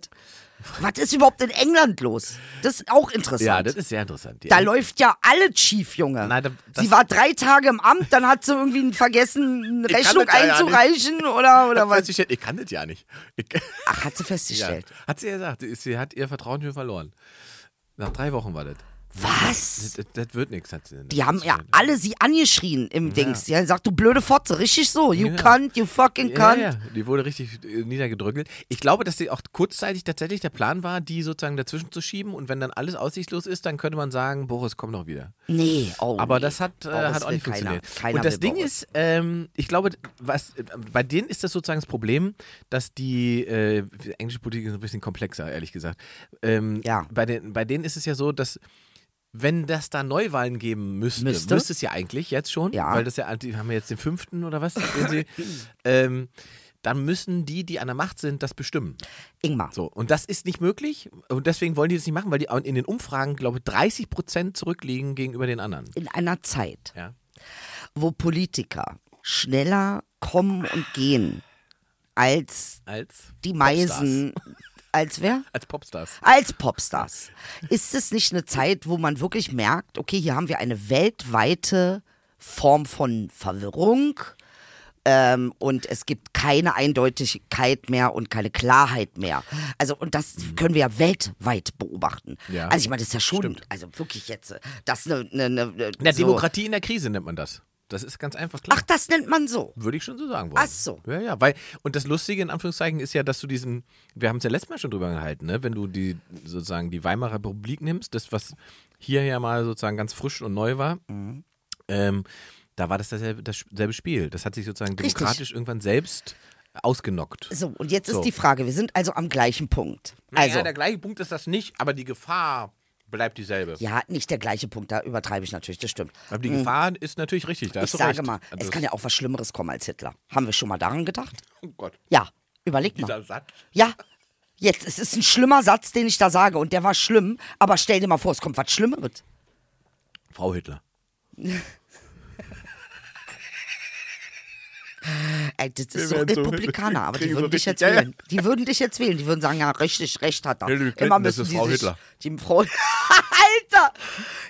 Speaker 4: Was ist überhaupt in England los? Das ist auch interessant.
Speaker 2: Ja, das ist sehr interessant. Die
Speaker 4: Da
Speaker 2: Eng-
Speaker 4: läuft ja alles schief, Junge.
Speaker 2: Nein, da- das-
Speaker 4: sie war drei Tage im Amt, dann hat sie irgendwie vergessen, eine
Speaker 2: kann
Speaker 4: Rechnung
Speaker 2: das ja nicht.
Speaker 4: einzureichen oder,
Speaker 2: hat
Speaker 4: oder was.
Speaker 2: festgestellt, ich kann das ja nicht. Ich,
Speaker 4: Ach, hat sie
Speaker 2: ja.
Speaker 4: festgestellt.
Speaker 2: Hat sie ja gesagt, sie- sie hat ihr Vertrauen schon verloren. Nach drei Wochen war das. Das,
Speaker 4: Was?
Speaker 2: das, das wird nichts, hat sie denn
Speaker 4: Die haben ja
Speaker 2: festgestellt.
Speaker 4: alle sie angeschrien im Dings. Ja, sagt, du blöde Fotze, richtig so. You
Speaker 2: Ja.
Speaker 4: can't, you fucking
Speaker 2: Ja,
Speaker 4: can't.
Speaker 2: ja, die wurde richtig äh, niedergedrückelt. Ich glaube, dass die auch kurzzeitig tatsächlich der Plan war, die sozusagen dazwischen zu schieben und wenn dann alles aussichtslos ist, dann könnte man sagen, Boris, komm doch wieder.
Speaker 4: Nee, oh.
Speaker 2: Aber
Speaker 4: nee.
Speaker 2: das hat, äh,
Speaker 4: Boris
Speaker 2: hat auch
Speaker 4: will
Speaker 2: nicht funktioniert.
Speaker 4: Keiner, keiner
Speaker 2: und das
Speaker 4: will
Speaker 2: Ding
Speaker 4: Boris.
Speaker 2: ist, ähm, ich glaube, was, äh, bei denen ist das sozusagen das Problem, dass die, äh, die englische Politik ist ein bisschen komplexer, ehrlich gesagt. Ähm,
Speaker 4: Ja.
Speaker 2: bei, den, bei denen ist es ja so, dass wenn das da Neuwahlen geben müsste,
Speaker 4: Müsste.
Speaker 2: müsste, es ja eigentlich jetzt schon,
Speaker 4: Ja.
Speaker 2: weil das ja, die haben ja jetzt den fünften oder was, den
Speaker 4: [LAUGHS]
Speaker 2: sie, ähm, dann müssen die, die an der Macht sind, das bestimmen.
Speaker 4: Ingmar.
Speaker 2: So, und das ist nicht möglich und deswegen wollen die das nicht machen, weil die in den Umfragen, glaube ich, 30 Prozent zurückliegen gegenüber den anderen.
Speaker 4: In einer Zeit,
Speaker 2: Ja.
Speaker 4: wo Politiker schneller kommen und gehen als
Speaker 2: Als
Speaker 4: die Meisen, als wer?
Speaker 2: Popstars.
Speaker 4: Als
Speaker 2: Als Popstars.
Speaker 4: Popstars. Ist es nicht eine Zeit, wo man wirklich merkt, okay, hier haben wir eine weltweite Form von Verwirrung ähm, und es gibt keine Eindeutigkeit mehr und keine Klarheit mehr. Also, und das können wir ja weltweit beobachten.
Speaker 2: Mhm. Ja.
Speaker 4: Also, ich meine, das ist ja schon, also wirklich jetzt, äh, das ist eine. eine, eine eine-
Speaker 2: Na,
Speaker 4: so.
Speaker 2: Demokratie in der Krise nennt man das. Das ist ganz einfach klar.
Speaker 4: Ach, das nennt man so.
Speaker 2: Würde ich schon so sagen wollen.
Speaker 4: Ach so.
Speaker 2: Ja, ja, weil, und das Lustige in Anführungszeichen ist ja, dass du diesen, wir haben es ja letztes Mal schon drüber gehalten, ne? wenn du die, sozusagen die Weimarer Republik nimmst, das, was hier ja mal sozusagen ganz frisch und neu war,
Speaker 4: Mhm.
Speaker 2: ähm, da war das dasselbe, dasselbe Spiel. Das hat sich sozusagen
Speaker 4: Richtig.
Speaker 2: demokratisch irgendwann selbst ausgenockt.
Speaker 4: So, und jetzt
Speaker 2: So.
Speaker 4: ist die Frage, wir sind also am gleichen Punkt. Also,
Speaker 2: Naja, der gleiche Punkt ist das nicht, aber die Gefahr bleibt dieselbe.
Speaker 4: ja, nicht der gleiche Punkt, da übertreibe ich natürlich, das stimmt.
Speaker 2: Aber die Gefahr ist natürlich richtig. Da
Speaker 4: Mhm. Ich
Speaker 2: hast du
Speaker 4: sage
Speaker 2: recht.
Speaker 4: mal,
Speaker 2: Also
Speaker 4: es
Speaker 2: das-
Speaker 4: kann ja auch was Schlimmeres kommen als Hitler. Haben wir schon mal daran gedacht?
Speaker 2: Oh Gott,
Speaker 4: Ja, überleg
Speaker 2: dieser
Speaker 4: mal.
Speaker 2: Satz.
Speaker 4: Ja, jetzt, es ist ein schlimmer Satz, den ich da sage und der war schlimm, aber stell dir mal vor, es kommt was Schlimmeres.
Speaker 2: Frau Hitler.
Speaker 4: Ey, das
Speaker 2: Wir
Speaker 4: ist so
Speaker 2: werden so- [LAUGHS]
Speaker 4: Republikaner, aber die
Speaker 2: kriegen so
Speaker 4: würden dich jetzt
Speaker 2: richtig- ja, ja.
Speaker 4: wählen. Die würden dich jetzt wählen. Die würden sagen, ja, richtig, recht hat er.
Speaker 2: Hillary Clinton,
Speaker 4: Immer
Speaker 2: das
Speaker 4: müssen
Speaker 2: ist
Speaker 4: die
Speaker 2: Frau
Speaker 4: sich,
Speaker 2: Hitler.
Speaker 4: Die Frau, [LAUGHS] Alter!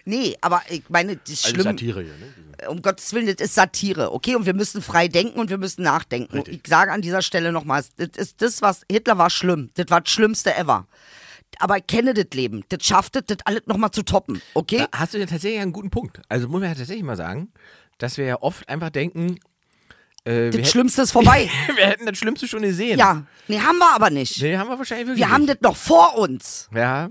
Speaker 4: Nee, aber ich meine, das ist
Speaker 2: Also
Speaker 4: schlimm.
Speaker 2: Satire hier, ne?
Speaker 4: um Gottes Willen, das ist Satire, okay? Und wir müssen frei denken und wir müssen nachdenken. Und ich sage an dieser Stelle nochmal, das ist das, was Hitler war schlimm. Das war das Schlimmste ever. Aber ich kenne das Leben. Das schafft es, das alles nochmal zu toppen, okay?
Speaker 2: Da hast du ja tatsächlich einen guten Punkt. Also muss man ja tatsächlich mal sagen, dass wir ja oft einfach denken, äh, wir,
Speaker 4: das
Speaker 2: hätten,
Speaker 4: Schlimmste ist
Speaker 2: [LAUGHS]
Speaker 4: vorbei.
Speaker 2: wir hätten das Schlimmste schon gesehen.
Speaker 4: ja, nee, haben wir aber nicht.
Speaker 2: Nee, haben wir wahrscheinlich wirklich.
Speaker 4: Wir haben
Speaker 2: nicht.
Speaker 4: das noch vor uns,
Speaker 2: ja,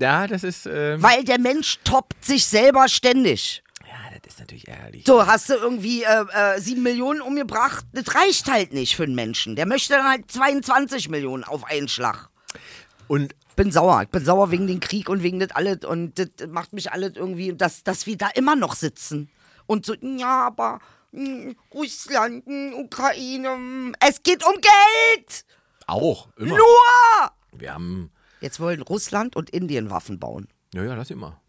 Speaker 2: ja, das ist. ähm,
Speaker 4: weil der Mensch toppt sich selber ständig.
Speaker 2: ja, das ist natürlich ärgerlich.
Speaker 4: So, hast du irgendwie äh, äh, sieben Millionen umgebracht? Das reicht halt nicht für einen Menschen. Der möchte dann halt 22 Millionen auf einen Schlag.
Speaker 2: Und
Speaker 4: bin sauer. Ich bin sauer wegen dem Krieg und wegen das alles. Und das macht mich alles irgendwie, dass, dass wir da immer noch sitzen. Und so, ja, aber mm, Russland, mm, Ukraine, mm, es geht um Geld!
Speaker 2: auch immer.
Speaker 4: Nur!
Speaker 2: Wir haben.
Speaker 4: Jetzt wollen Russland und Indien Waffen bauen.
Speaker 2: Ja, ja, lass immer.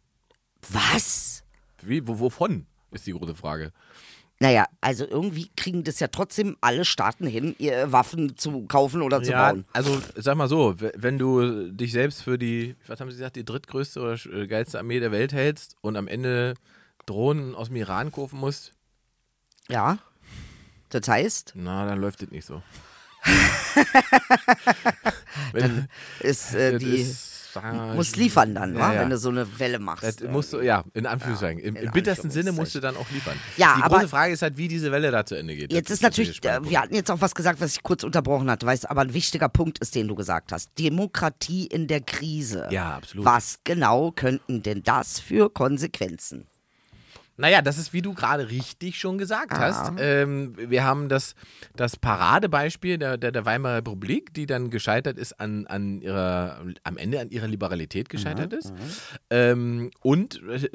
Speaker 4: Was?
Speaker 2: Wie, wo, wovon ist die große Frage?
Speaker 4: Naja, also irgendwie kriegen das ja trotzdem alle Staaten hin, ihr Waffen zu kaufen oder zu
Speaker 2: ja,
Speaker 4: bauen.
Speaker 2: also sag mal so, w- wenn du dich selbst für die, was haben sie gesagt, die drittgrößte oder sch- äh, geilste Armee der Welt hältst und am Ende Drohnen aus dem Iran kaufen musst,
Speaker 4: Ja. Das heißt,
Speaker 2: na, dann läuft das
Speaker 4: [LAUGHS]
Speaker 2: nicht so. wenn,
Speaker 4: ist, äh,
Speaker 2: das
Speaker 4: die
Speaker 2: ist, sagen wir mal,
Speaker 4: muss liefern dann,
Speaker 2: Ja,
Speaker 4: wa?
Speaker 2: ja.
Speaker 4: wenn du so eine Welle machst.
Speaker 2: Das musst du, ja, in Anführungszeichen. Im,
Speaker 4: in
Speaker 2: Im bittersten Sinne
Speaker 4: Anführungszeichen.
Speaker 2: musst du dann auch liefern.
Speaker 4: Ja,
Speaker 2: die
Speaker 4: aber-
Speaker 2: große Frage ist halt, wie diese Welle da zu Ende geht.
Speaker 4: Jetzt
Speaker 2: Das
Speaker 4: ist natürlich,
Speaker 2: der
Speaker 4: äh,
Speaker 2: spannende
Speaker 4: wir
Speaker 2: Punkt.
Speaker 4: hatten jetzt auch was gesagt, was ich kurz unterbrochen hatte, weißt du, aber ein wichtiger Punkt ist, den du gesagt hast. Demokratie in der Krise.
Speaker 2: Ja, absolut.
Speaker 4: Was genau könnten denn das für Konsequenzen?
Speaker 2: Naja, das ist, wie du gerade richtig schon gesagt hast. Ähm, wir haben das, das Paradebeispiel der, der, der Weimarer Republik, die dann gescheitert ist an, an ihrer, am Ende an ihrer Liberalität gescheitert ist. Ähm, und äh,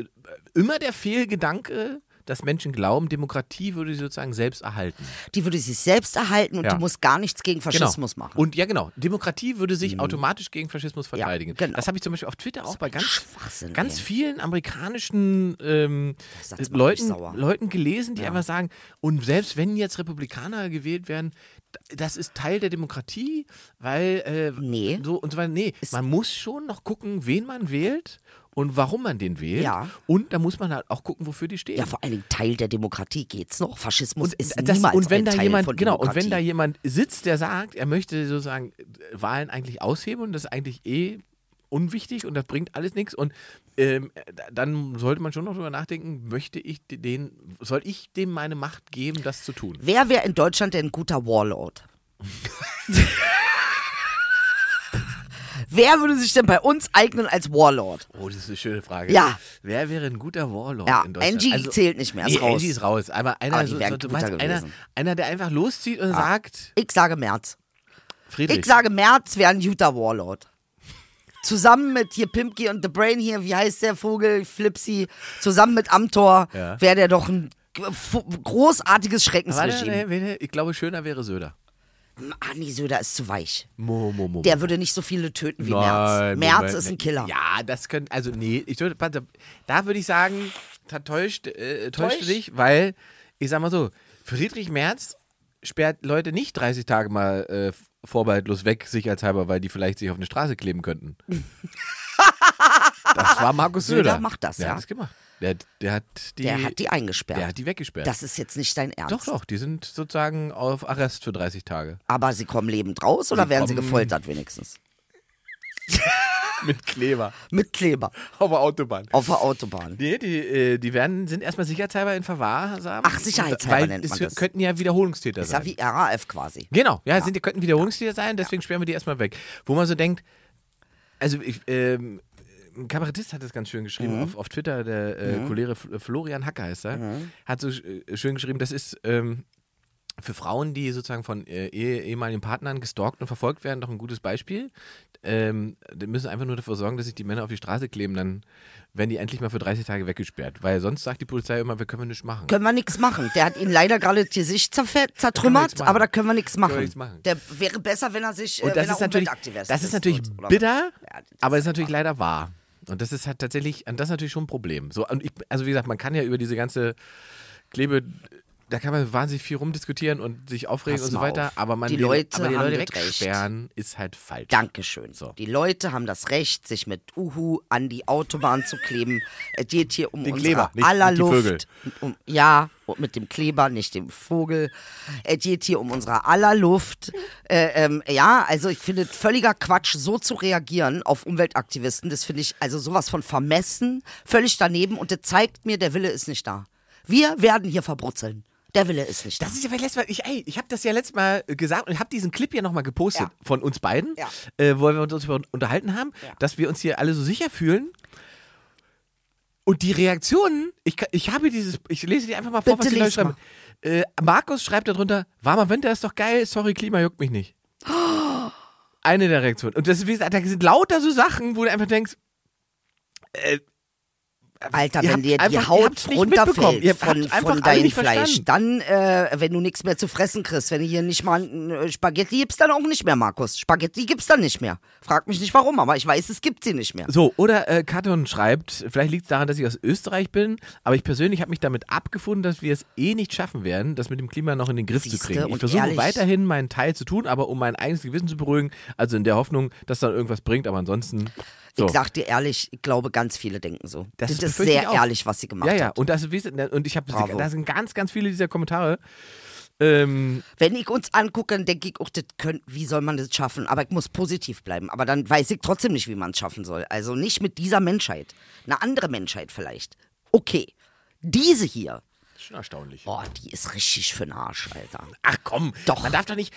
Speaker 2: immer der Fehlgedanke, dass Menschen glauben, Demokratie würde sie sozusagen selbst erhalten.
Speaker 4: Die würde sich selbst erhalten und
Speaker 2: Ja.
Speaker 4: du musst gar nichts gegen
Speaker 2: Genau.
Speaker 4: Faschismus machen. Mhm.
Speaker 2: Und ja, genau. Demokratie würde sich automatisch gegen Faschismus verteidigen.
Speaker 4: genau.
Speaker 2: Das habe ich zum Beispiel auf Twitter auch bei ganz,
Speaker 4: Schwachsinn,
Speaker 2: ganz
Speaker 4: ey.
Speaker 2: vielen amerikanischen ähm,
Speaker 4: Das macht mich
Speaker 2: Leuten,
Speaker 4: sauer.
Speaker 2: Leuten gelesen, die einfach sagen, und selbst wenn jetzt Republikaner gewählt werden, d- das ist Teil der Demokratie, weil äh,
Speaker 4: Nee.
Speaker 2: so und so weiter. Nee, man muss schon noch gucken, wen man wählt und warum man den wählt.
Speaker 4: Ja.
Speaker 2: Und da muss man halt auch gucken, wofür die stehen.
Speaker 4: ja, vor allen Dingen Teil der Demokratie geht's noch. Faschismus ist
Speaker 2: das-
Speaker 4: niemals
Speaker 2: und wenn
Speaker 4: ein
Speaker 2: da
Speaker 4: Teil
Speaker 2: jemand,
Speaker 4: von
Speaker 2: genau,
Speaker 4: Demokratie.
Speaker 2: und wenn da jemand sitzt, der sagt, er möchte sozusagen äh, Wahlen eigentlich aushebeln und das ist eigentlich eh unwichtig und das bringt alles nichts und ähm, äh, da- dann sollte man schon noch drüber nachdenken, möchte ich de- den, soll ich dem meine Macht geben, das zu tun?
Speaker 4: Wer wäre in Deutschland denn ein guter
Speaker 2: [LAUGHS]
Speaker 4: Warlord? Wer würde sich denn bei uns eignen als Warlord?
Speaker 2: Oh, das ist eine schöne Frage.
Speaker 4: Ja.
Speaker 2: Wer wäre ein guter Warlord
Speaker 4: Ja,
Speaker 2: in Deutschland? Also,
Speaker 4: Angie zählt nicht mehr, ist
Speaker 2: nee,
Speaker 4: raus.
Speaker 2: Angie ist raus. Aber einer,
Speaker 4: Aber die
Speaker 2: so,
Speaker 4: wären
Speaker 2: so, du
Speaker 4: guter
Speaker 2: meinst, einer,
Speaker 4: gewesen.
Speaker 2: einer, der einfach loszieht und sagt,
Speaker 4: Ich sage Merz.
Speaker 2: Friedrich.
Speaker 4: Ich sage Merz wäre ein guter Warlord. Zusammen mit hier Pimpki und The Brain hier, wie heißt der Vogel, Flipsy, zusammen mit Amtor
Speaker 2: Ja.
Speaker 4: wäre der doch ein g- f- großartiges
Speaker 2: Warte,
Speaker 4: Schreckensregime.
Speaker 2: nee, nee, ich glaube, schöner wäre Söder.
Speaker 4: Anni Ah, Söder ist zu weich.
Speaker 2: Mo, mo, mo,
Speaker 4: Der würde nicht so viele töten wie
Speaker 2: Nein,
Speaker 4: Merz. Merz
Speaker 2: Moment.
Speaker 4: ist ein Killer.
Speaker 2: Ja, das könnte, also nee, ich würde, warte, da würde ich sagen, da täuscht, äh, täuscht
Speaker 4: Täuscht.
Speaker 2: dich, weil, ich sag mal so, Friedrich Merz sperrt Leute nicht 30 Tage mal äh, vorbehaltlos weg, sicherheitshalber, weil die vielleicht sich auf eine Straße kleben könnten. das war Markus
Speaker 4: Söder
Speaker 2: Söder.
Speaker 4: macht das,
Speaker 2: der
Speaker 4: ja.
Speaker 2: Hat das gemacht. Der, der hat die,
Speaker 4: Der hat die eingesperrt.
Speaker 2: der hat die weggesperrt.
Speaker 4: Das ist jetzt nicht dein Ernst.
Speaker 2: doch, doch, die sind sozusagen auf Arrest für 30 Tage.
Speaker 4: Aber sie kommen lebend raus oder werden sie
Speaker 2: kommen-
Speaker 4: gefoltert wenigstens?
Speaker 2: Mit Kleber
Speaker 4: Mit Kleber
Speaker 2: auf der Autobahn.
Speaker 4: auf der Autobahn.
Speaker 2: Nee, die, äh, die werden, sind erstmal sicherheitshalber in Verwahrsam.
Speaker 4: Ach, sicherheitshalber
Speaker 2: Weil
Speaker 4: nennt man
Speaker 2: es
Speaker 4: das.
Speaker 2: könnten ja Wiederholungstäter
Speaker 4: Ist
Speaker 2: sein.
Speaker 4: ja wie RAF quasi.
Speaker 2: genau, ja, Sind, die könnten Wiederholungstäter sein, deswegen sperren wir die erstmal weg. Wo man so denkt, also ich, ähm, ein Kabarettist hat das ganz schön geschrieben auf, auf Twitter, der äh, Kollege F- Florian Hacker heißt er, hat so äh, schön geschrieben, das ist ähm, für Frauen, die sozusagen von äh, eh- ehemaligen Partnern gestalkt und verfolgt werden, doch ein gutes Beispiel. Ähm, die müssen einfach nur dafür sorgen, dass sich die Männer auf die Straße kleben, dann werden die endlich mal für 30 Tage weggesperrt. Weil sonst sagt die Polizei immer, wir können nichts machen.
Speaker 4: Können wir nichts machen. Der hat ihn leider gerade das Gesicht zerfett,
Speaker 2: wir nichts
Speaker 4: zertrümmert,
Speaker 2: machen.
Speaker 4: aber da können wir nichts
Speaker 2: wir
Speaker 4: machen.
Speaker 2: nichts machen.
Speaker 4: Der wäre besser, wenn er sich. äh,
Speaker 2: Und das
Speaker 4: wenn
Speaker 2: ist,
Speaker 4: er
Speaker 2: natürlich,
Speaker 4: Umweltaktivist
Speaker 2: das ist natürlich
Speaker 4: und- oder-
Speaker 2: bitter,
Speaker 4: Ja, das
Speaker 2: aber es ist natürlich leider wahr. Und das ist halt tatsächlich, und das ist natürlich schon ein Problem. So, und ich, also wie gesagt, man kann ja über diese ganze Klebe, da kann man wahnsinnig viel rumdiskutieren und sich aufregen
Speaker 4: Pass
Speaker 2: und so
Speaker 4: mal
Speaker 2: weiter,
Speaker 4: auf.
Speaker 2: aber man
Speaker 4: Die
Speaker 2: will-
Speaker 4: Leute
Speaker 2: aber die
Speaker 4: haben
Speaker 2: Leute
Speaker 4: das Recht.
Speaker 2: wegsperren ist halt falsch.
Speaker 4: Dankeschön.
Speaker 2: So.
Speaker 4: Die Leute haben das Recht, sich mit Uhu an die Autobahn zu kleben. Es geht hier um
Speaker 2: Den Kleber,
Speaker 4: unsere
Speaker 2: nicht-
Speaker 4: aller
Speaker 2: nicht die
Speaker 4: Luft.
Speaker 2: Vögel.
Speaker 4: Um, ja, und mit dem Kleber, nicht dem Vogel. Es geht hier um unsere aller Luft. Äh, ähm, ja, also ich finde es völliger Quatsch, so zu reagieren auf Umweltaktivisten. Das finde ich also sowas von vermessen, völlig daneben. Und das zeigt mir, der Wille ist nicht da. Wir werden hier verbrutzeln. Der Wille ist nicht da.
Speaker 2: Das ist ja vielleicht letztes Mal, ich, ey, ich habe das ja letztes Mal äh, gesagt und ich habe diesen Clip ja nochmal gepostet
Speaker 4: Ja.
Speaker 2: von uns beiden,
Speaker 4: Ja.
Speaker 2: äh, wo wir uns darüber unterhalten haben,
Speaker 4: Ja.
Speaker 2: dass wir uns hier alle so sicher fühlen. Und die Reaktionen, ich, ka- ich habe dieses, ich lese dir einfach mal vor,
Speaker 4: Bitte
Speaker 2: was die Leute
Speaker 4: lies
Speaker 2: schreiben. Äh, Markus schreibt darunter, warmer Winter ist doch geil, sorry, Klima juckt
Speaker 4: [GASPS]
Speaker 2: mich nicht. Eine der Reaktionen. Und das ist, wie gesagt, da sind lauter so Sachen, wo du einfach denkst,
Speaker 4: Alter,
Speaker 2: Ihr
Speaker 4: wenn
Speaker 2: habt
Speaker 4: dir die
Speaker 2: einfach- ihr
Speaker 4: Haut
Speaker 2: habt's nicht mitbekommen.
Speaker 4: runterfällt
Speaker 2: Ihr
Speaker 4: von,
Speaker 2: habt einfach
Speaker 4: von
Speaker 2: alle
Speaker 4: deinem
Speaker 2: nicht
Speaker 4: Fleisch,
Speaker 2: verstanden.
Speaker 4: dann, äh, wenn du nichts mehr zu fressen kriegst, wenn du hier nicht mal ein äh, Spaghetti gibst, dann auch nicht mehr, Markus. Spaghetti gibt's dann nicht mehr. Frag mich nicht warum, aber ich weiß, es gibt sie nicht mehr.
Speaker 2: So, oder äh, Katon schreibt, vielleicht liegt es daran, dass ich aus Österreich bin, aber ich persönlich habe mich damit abgefunden, dass wir es eh nicht schaffen werden, das mit dem Klima noch in den Griff
Speaker 4: Siehste,
Speaker 2: zu kriegen. Ich
Speaker 4: und
Speaker 2: versuche
Speaker 4: ehrlich.
Speaker 2: weiterhin meinen Teil zu tun, aber um mein eigenes Gewissen zu beruhigen, also in der Hoffnung, dass dann irgendwas bringt, aber ansonsten. So.
Speaker 4: Ich sag dir ehrlich, ich glaube, ganz viele denken so. Das, ist
Speaker 2: befürchte ich
Speaker 4: sehr
Speaker 2: auch.
Speaker 4: ehrlich, was sie gemacht
Speaker 2: ja, ja.
Speaker 4: hat.
Speaker 2: Und, das, ist- und ich habe,
Speaker 4: Bravo.
Speaker 2: da sind ganz, ganz viele dieser Kommentare. Ähm,
Speaker 4: Wenn ich uns angucke, dann denke ich, oh, das könnt, wie soll man das schaffen? Aber ich muss positiv bleiben. Aber dann weiß ich trotzdem nicht, wie man es schaffen soll. Also nicht mit dieser Menschheit. Eine andere Menschheit vielleicht. Okay. Diese hier,
Speaker 2: schon erstaunlich.
Speaker 4: boah, die ist richtig für den Arsch, Alter.
Speaker 2: Ach komm,
Speaker 4: Oh. Doch.
Speaker 2: man darf doch nicht.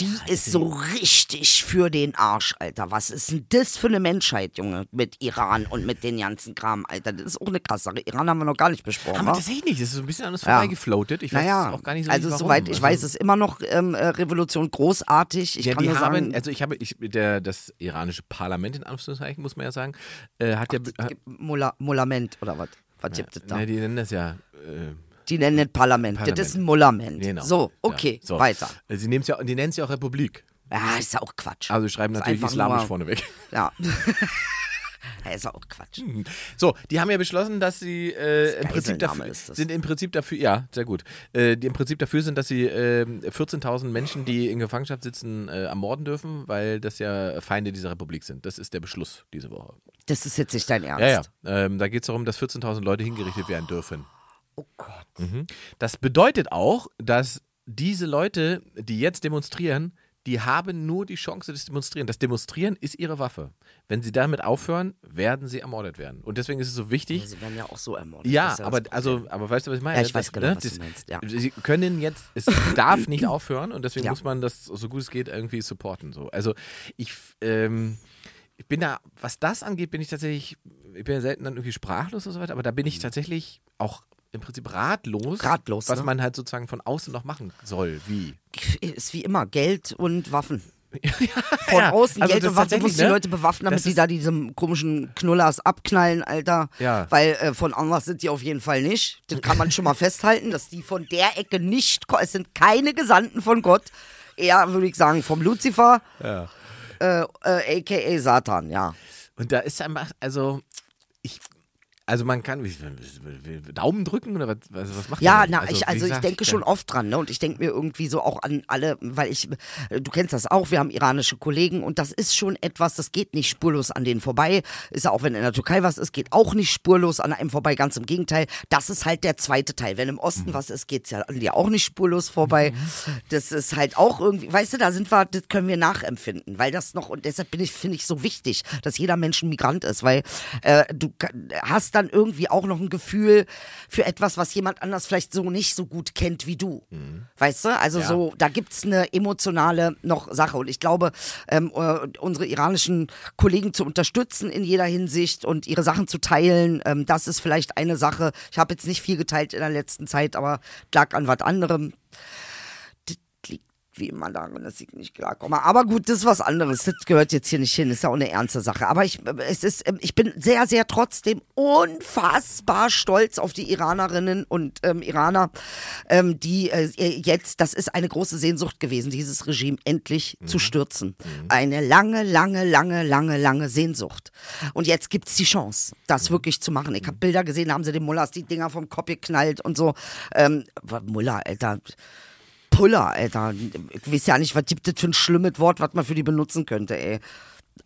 Speaker 4: Die ist so richtig für den Arsch, Alter. Was ist denn das für eine Menschheit, Junge? Mit Iran und mit den ganzen Kram, Alter. Das ist auch eine krasse Sache. Iran haben wir noch gar nicht besprochen.
Speaker 2: Haben wir
Speaker 4: wa?
Speaker 2: tatsächlich nicht. Das ist so ein bisschen an uns
Speaker 4: Ja.
Speaker 2: vorbeigefloatet. Ich weiß
Speaker 4: naja,
Speaker 2: auch gar nicht so
Speaker 4: also
Speaker 2: richtig, warum.
Speaker 4: soweit ich weiß, ist immer noch ähm, äh, Revolution großartig. Ich
Speaker 2: Ja,
Speaker 4: kann
Speaker 2: die
Speaker 4: nur
Speaker 2: haben,
Speaker 4: sagen,
Speaker 2: also ich habe, ich, der, das iranische Parlament in Anführungszeichen, muss man ja sagen, äh, ne, hat ja,
Speaker 4: Mulament oder was? Was gibt es da?
Speaker 2: Na, die nennen das ja. Äh,
Speaker 4: Die nennen das Parlament. Das ist ein Mullament.
Speaker 2: genau.
Speaker 4: So,
Speaker 2: Ja,
Speaker 4: okay,
Speaker 2: so. Äh,
Speaker 4: weiter.
Speaker 2: Sie, nehmen's ja, die nennen es ja auch Republik.
Speaker 4: Ja, ist ja auch Quatsch.
Speaker 2: Also sie schreiben
Speaker 4: Ist
Speaker 2: natürlich
Speaker 4: einfach
Speaker 2: islamisch
Speaker 4: nur-
Speaker 2: vorneweg. [LAUGHS]
Speaker 4: Ja. [LAUGHS] ja. Ist ja auch Quatsch.
Speaker 2: So, die haben ja beschlossen, dass sie äh, im
Speaker 4: Geiselnahme
Speaker 2: Prinzip dafür
Speaker 4: ist das.
Speaker 2: sind im Prinzip dafür, ja, sehr gut, äh, die im Prinzip dafür sind, dass sie äh, 14.000 Menschen, die in Gefangenschaft sitzen, äh, ermorden dürfen, weil das ja Feinde dieser Republik sind. Das ist der Beschluss diese Woche.
Speaker 4: Das ist jetzt nicht dein Ernst.
Speaker 2: Ja, ja. Ähm, da geht es darum, dass 14.000 Leute hingerichtet werden dürfen.
Speaker 4: Oh Gott.
Speaker 2: Das bedeutet auch, dass diese Leute, die jetzt demonstrieren, die haben nur die Chance des Demonstrieren. Das Demonstrieren ist ihre Waffe. Wenn sie damit aufhören, werden sie ermordet werden. Und deswegen ist es so wichtig,
Speaker 4: Sie werden ja auch so ermordet. Das
Speaker 2: Ja,
Speaker 4: ist das
Speaker 2: aber,
Speaker 4: Problem.
Speaker 2: also, aber weißt du, was ich meine?
Speaker 4: Ja, ich weiß
Speaker 2: Das- ne,
Speaker 4: genau, was du meinst, ja.
Speaker 2: Sie können jetzt, es
Speaker 4: [CLEARS THROAT]
Speaker 2: darf nicht aufhören und deswegen
Speaker 4: Ja.
Speaker 2: muss man das, so gut es geht, irgendwie supporten. So. Also ich, ähm, ich bin da, was das angeht, bin ich tatsächlich, ich bin ja selten dann irgendwie sprachlos und so weiter, aber da bin ich tatsächlich auch im Prinzip ratlos,
Speaker 4: Mhm. Ratlos,
Speaker 2: was
Speaker 4: ne?
Speaker 2: man halt sozusagen von außen noch machen soll, wie.
Speaker 4: Ist wie immer Geld und Waffen. Von
Speaker 2: [LAUGHS] ja.
Speaker 4: außen
Speaker 2: Also
Speaker 4: Geld
Speaker 2: das
Speaker 4: und Waffen. Du
Speaker 2: tatsächlich,
Speaker 4: musst die
Speaker 2: ne?
Speaker 4: Leute bewaffnen, damit
Speaker 2: Das
Speaker 4: die
Speaker 2: ist-
Speaker 4: da diese komischen Knullers abknallen, Alter.
Speaker 2: Ja.
Speaker 4: Weil äh, von anders sind die auf jeden Fall nicht. Das kann man schon mal festhalten, dass die von der Ecke nicht ko- Es sind keine Gesandten von Gott. Eher, würde ich sagen, vom Luzifer. Äh, äh, AKA Satan, ja.
Speaker 2: Und da ist einfach, also ich, also man kann, wie, wie, wie, Daumen drücken oder was, was was macht
Speaker 4: Ja,
Speaker 2: man?
Speaker 4: na,
Speaker 2: denn?
Speaker 4: ich,
Speaker 2: wie
Speaker 4: also ich
Speaker 2: gesagt,
Speaker 4: denke
Speaker 2: ja.
Speaker 4: schon oft dran, ne? Und ich denke mir irgendwie so auch an alle, weil ich, äh, du kennst das auch, wir haben iranische Kollegen und das ist schon etwas, das geht nicht spurlos an denen vorbei. Ist ja auch, wenn in der Türkei was ist, geht auch nicht spurlos an einem vorbei. Ganz im Gegenteil, das ist halt der zweite Teil. Wenn im Osten
Speaker 2: Mhm.
Speaker 4: was ist, geht's ja an dir auch nicht spurlos vorbei. Das ist halt auch irgendwie, weißt du, da sind wir, das können wir nachempfinden, weil das noch, und deshalb bin ich, finde ich so wichtig, dass jeder Mensch ein Migrant ist, weil äh, du ka- hast dann irgendwie auch noch ein Gefühl für etwas, was jemand anders vielleicht so nicht so gut kennt wie du. Weißt du? Also
Speaker 2: Ja.
Speaker 4: so, da gibt's eine emotionale noch Sache. Und ich glaube, ähm, äh, unsere iranischen Kollegen zu unterstützen in jeder Hinsicht und ihre Sachen zu teilen, ähm, das ist vielleicht eine Sache. Ich habe jetzt nicht viel geteilt in der letzten Zeit, aber lag an was anderem liegt wie immer daran, dass ich nicht klarkomme. Aber gut, das ist was anderes. Das gehört jetzt hier nicht hin. Ist ja auch eine ernste Sache. Aber ich, es ist, ähm, ich bin sehr, sehr trotzdem unfassbar stolz auf die Iranerinnen und ähm, Iraner, ähm, die äh, jetzt, das ist eine große Sehnsucht gewesen, dieses Regime endlich zu stürzen. Eine lange, lange, lange, lange, lange Sehnsucht. Und jetzt gibt es die Chance, das wirklich zu machen. Ich habe Bilder gesehen, da haben sie den Mullahs die Dinger vom Kopf geknallt und so. Ähm, Mullah, Alter. Puller, Alter. Ich weiß ja nicht, was gibt das für ein schlimmes Wort, was man für die benutzen könnte, ey.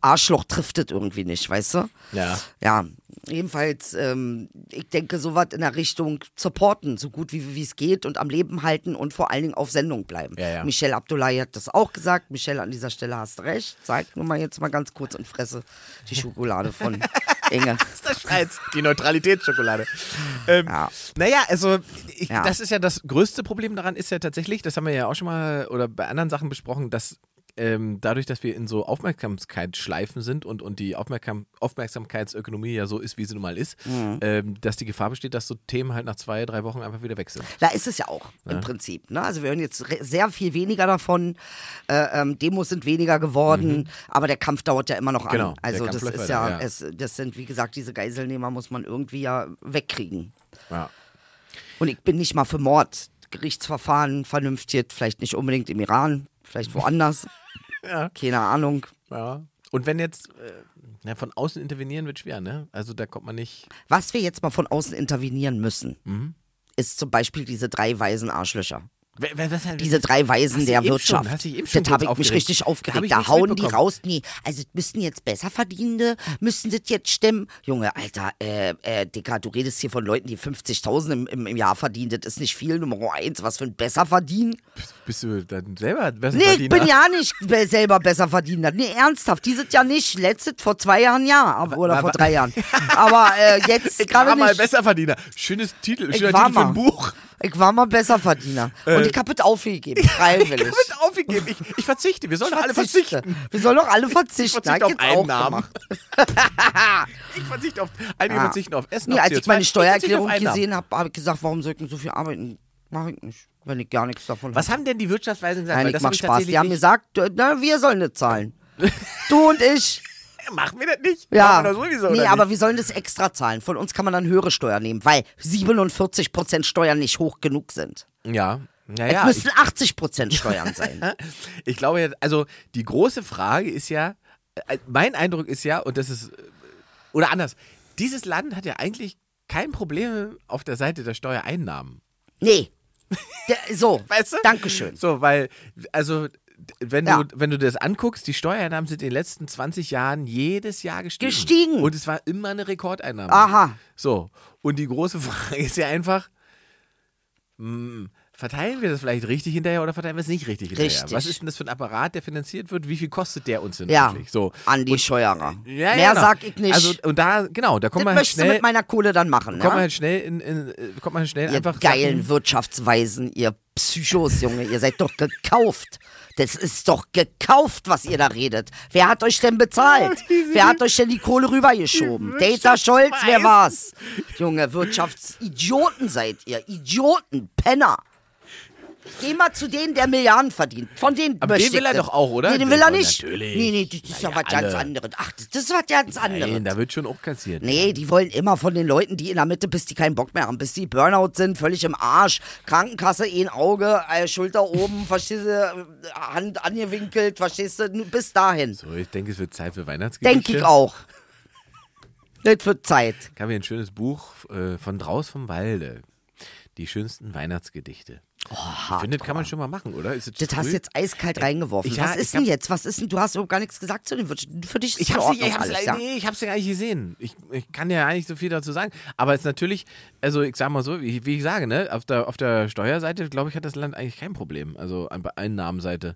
Speaker 4: Arschloch trifft das irgendwie nicht, weißt du?
Speaker 2: Ja.
Speaker 4: Ja, jedenfalls, ähm, ich denke, sowas in der Richtung supporten, so gut wie wie es geht und am Leben halten und vor allen Dingen auf Sendung bleiben.
Speaker 2: Ja, ja.
Speaker 4: Michelle Abdullahi hat das auch gesagt. Michelle, an dieser Stelle hast recht. Sag nur mal jetzt mal ganz kurz und fresse die Schokolade
Speaker 2: [LAUGHS]
Speaker 4: von Inge.
Speaker 2: Das [LAUGHS] schreit's. Die Neutralitätsschokolade. Ähm,
Speaker 4: Ja.
Speaker 2: Naja, also ich,
Speaker 4: Ja.
Speaker 2: das ist ja das größte Problem daran ist ja tatsächlich, das haben wir ja auch schon mal oder bei anderen Sachen besprochen, dass ähm, dadurch, dass wir in so Aufmerksamkeitsschleifen sind und, und die Aufmerksam Aufmerksamkeitsökonomie ja so ist, wie sie nun mal ist, ähm, dass die Gefahr besteht, dass so Themen halt nach zwei, drei Wochen einfach wieder weg sind.
Speaker 4: Da ist es ja auch im Prinzip. Ne? Also wir hören jetzt re- sehr viel weniger davon. Äh, ähm, Demos sind weniger geworden, aber der Kampf dauert ja immer noch an.
Speaker 2: Mhm. Genau, der
Speaker 4: also
Speaker 2: Kampf
Speaker 4: das
Speaker 2: läuft
Speaker 4: ist
Speaker 2: weiter,
Speaker 4: ja,
Speaker 2: ja.
Speaker 4: Es, das sind wie gesagt diese Geiselnehmer muss man irgendwie ja wegkriegen.
Speaker 2: Ja.
Speaker 4: Und ich bin nicht mal für Mord. Gerichtsverfahren vernünftig, vielleicht nicht unbedingt im Iran, vielleicht
Speaker 2: [LAUGHS]
Speaker 4: woanders. Keine Ahnung.
Speaker 2: ja. Und wenn jetzt äh, na, von außen intervenieren wird schwer, ne? Also da kommt man nicht.
Speaker 4: Was wir jetzt mal von außen intervenieren müssen,
Speaker 2: Mhm.
Speaker 4: ist zum Beispiel diese drei weisen Arschlöcher.
Speaker 2: Wer- wer- was-
Speaker 4: diese drei Weisen
Speaker 2: Hast du
Speaker 4: der
Speaker 2: eben
Speaker 4: Wirtschaft.
Speaker 2: schon- hast du eben schon
Speaker 4: das habe ich
Speaker 2: kurz
Speaker 4: mich
Speaker 2: aufgeregt.
Speaker 4: richtig
Speaker 2: Da hab ich
Speaker 4: aufgeregt. Da,
Speaker 2: nichts
Speaker 4: hauen die
Speaker 2: mitbekommen.
Speaker 4: raus. Nee, also das müssen jetzt besser verdienende, müssen das jetzt stemmen. Junge, Alter, äh, äh, Dicker, du redest hier von Leuten, die 50.000 im, im, im Jahr verdienen. Das ist nicht viel. Nummer eins, was für ein besser verdienen?
Speaker 2: Bist du dann selber?
Speaker 4: Nee, ich bin ja [LAUGHS] nicht be- selber besser verdiener. Nee, ernsthaft, dieses Jahr nicht. Letztes, vor zwei Jahren ja, aber, oder
Speaker 2: wa-
Speaker 4: vor drei Jahren. Aber
Speaker 2: [LAUGHS]
Speaker 4: äh, jetzt
Speaker 2: Ich war
Speaker 4: gerade
Speaker 2: mal
Speaker 4: nicht.
Speaker 2: Besserverdiener. Schönes Titel,
Speaker 4: Ich
Speaker 2: schöner
Speaker 4: war
Speaker 2: Titel für
Speaker 4: mal.
Speaker 2: ein Buch.
Speaker 4: Ich war mal Besserverdiener. Und ich habe es aufgegeben,
Speaker 2: Äh. [LAUGHS] Ich
Speaker 4: freiwillig.
Speaker 2: habe es aufgegeben. Ich, ich verzichte. Wir sollen doch alle verzichten.
Speaker 4: Wir sollen doch alle verzichten.
Speaker 2: verzichte
Speaker 4: Hab ich
Speaker 2: auf
Speaker 4: jetzt
Speaker 2: einen
Speaker 4: auch
Speaker 2: Namen.
Speaker 4: gemacht.
Speaker 2: [LAUGHS] Ich verzichte auf. Einige
Speaker 4: Ja.
Speaker 2: verzichten auf Essen.
Speaker 4: Ah. Nee,
Speaker 2: auf
Speaker 4: als
Speaker 2: CO2.
Speaker 4: ich meine
Speaker 2: verzichte auf
Speaker 4: Steuererklärung
Speaker 2: Einnahmen.
Speaker 4: gesehen habe, habe ich gesagt, warum soll ich denn so viel arbeiten? Mache ich nicht, wenn ich gar nichts davon
Speaker 2: Was haben denn die Wirtschaftsweisen gesagt?
Speaker 4: Nein,
Speaker 2: Weil
Speaker 4: ich
Speaker 2: das
Speaker 4: mach
Speaker 2: hab ich
Speaker 4: Spaß. Die
Speaker 2: tatsächlich [LAUGHS]
Speaker 4: haben gesagt, na, wir sollen das zahlen. du und ich.
Speaker 2: Machen wir das nicht?
Speaker 4: Ja,
Speaker 2: Machen wir das sowieso,
Speaker 4: nee,
Speaker 2: oder
Speaker 4: aber
Speaker 2: nicht?
Speaker 4: wir sollen das extra zahlen. Von uns kann man dann höhere Steuer nehmen, weil 47% Steuern nicht hoch genug sind.
Speaker 2: Ja,
Speaker 4: Es
Speaker 2: naja. Ich,
Speaker 4: müssen 80% Steuern
Speaker 2: [LAUGHS]
Speaker 4: sein.
Speaker 2: ich glaube, ja, also die große Frage ist ja, äh, mein Eindruck ist ja, und das ist, äh, oder anders, dieses Land hat ja eigentlich kein Problem auf der Seite der Steuereinnahmen.
Speaker 4: Nee. Der, so,
Speaker 2: Weißt du?
Speaker 4: Dankeschön.
Speaker 2: So, weil, also, d- wenn,
Speaker 4: Ja.
Speaker 2: du, wenn du das anguckst, die Steuereinnahmen sind in den letzten 20 Jahren jedes Jahr gestiegen.
Speaker 4: Gestiegen.
Speaker 2: Und es war immer eine Rekordeinnahme.
Speaker 4: Aha.
Speaker 2: So, und die große [LAUGHS] Frage ist ja einfach, mm, verteilen wir das vielleicht richtig hinterher oder verteilen wir es nicht richtig hinterher?
Speaker 4: Richtig.
Speaker 2: Was ist denn das für ein Apparat, der finanziert wird? Wie viel kostet der uns denn
Speaker 4: Ja,
Speaker 2: wirklich? So.
Speaker 4: Andi Scheuerer.
Speaker 2: Ja, ja,
Speaker 4: Mehr
Speaker 2: genau.
Speaker 4: sag ich nicht.
Speaker 2: Also, und da, genau, da
Speaker 4: das
Speaker 2: kommt man halt
Speaker 4: möchtest du
Speaker 2: schnell,
Speaker 4: mit meiner Kohle dann machen,
Speaker 2: kommt man
Speaker 4: ne?
Speaker 2: halt schnell, in, in, äh, kommt man halt schnell
Speaker 4: Ihr
Speaker 2: einfach
Speaker 4: geilen
Speaker 2: Sachen-
Speaker 4: Wirtschaftsweisen, ihr Psychos, Junge. Ihr seid doch gekauft. Das ist doch gekauft, was ihr da redet. Wer hat euch denn
Speaker 2: [LAUGHS]
Speaker 4: bezahlt? Wer hat euch denn die Kohle rübergeschoben? Data Scholz, wer
Speaker 2: Wirtschaftsweisen.
Speaker 4: war's? Junge, Wirtschaftsidioten seid ihr. Idioten, Penner. Geh mal zu denen, der Milliarden verdient. Von denen
Speaker 2: Aber den
Speaker 4: möchte ich
Speaker 2: will er
Speaker 4: das.
Speaker 2: doch auch, oder?
Speaker 4: Nee, den
Speaker 2: Den
Speaker 4: will er
Speaker 2: will er
Speaker 4: nicht.
Speaker 2: natürlich.
Speaker 4: Nee, nee, das ist
Speaker 2: Na
Speaker 4: doch
Speaker 2: ja,
Speaker 4: was ganz
Speaker 2: alle.
Speaker 4: anderes. Ach, das das ist was ganz anderes.
Speaker 2: Nein, da wird schon auch kassiert.
Speaker 4: Nee, die wollen immer von den Leuten, die in der Mitte, bis die keinen Bock mehr haben, bis die Burnout sind, völlig im Arsch, Krankenkasse, ein Auge, äh, Schulter
Speaker 2: [LAUGHS]
Speaker 4: oben, verstehst du, äh, Hand angewinkelt, verstehst du, nur bis dahin.
Speaker 2: So, ich denke, es wird Zeit für Weihnachtsgeschichte.
Speaker 4: Denke ich
Speaker 2: [LAUGHS]
Speaker 4: auch. Das wird Zeit.
Speaker 2: Ich habe hier ein schönes Buch äh, von Draus vom Walde. Die schönsten Weihnachtsgedichte. ich finde, das kann man schon mal machen, oder? Ist es
Speaker 4: Das
Speaker 2: zu
Speaker 4: hast
Speaker 2: früh?
Speaker 4: du jetzt eiskalt reingeworfen.
Speaker 2: Äh, ich- ja,
Speaker 4: Was
Speaker 2: ich
Speaker 4: ist denn
Speaker 2: hab-
Speaker 4: jetzt? Was ist denn? Du hast überhaupt gar nichts gesagt zu dem Wirtschaft. Für dich ist
Speaker 2: Ich
Speaker 4: es in
Speaker 2: hab's, nicht,
Speaker 4: Ordnung
Speaker 2: ich, hab's,
Speaker 4: alles,
Speaker 2: leider-
Speaker 4: ja.
Speaker 2: nee, ich hab's ja gar nicht gesehen. Ich, ich kann ja eigentlich so viel dazu sagen. Aber es ist natürlich, also ich sag mal so, wie, wie ich sage, ne, auf der, auf der Steuerseite, glaube ich, hat das Land eigentlich kein Problem. Also an der Einnahmenseite.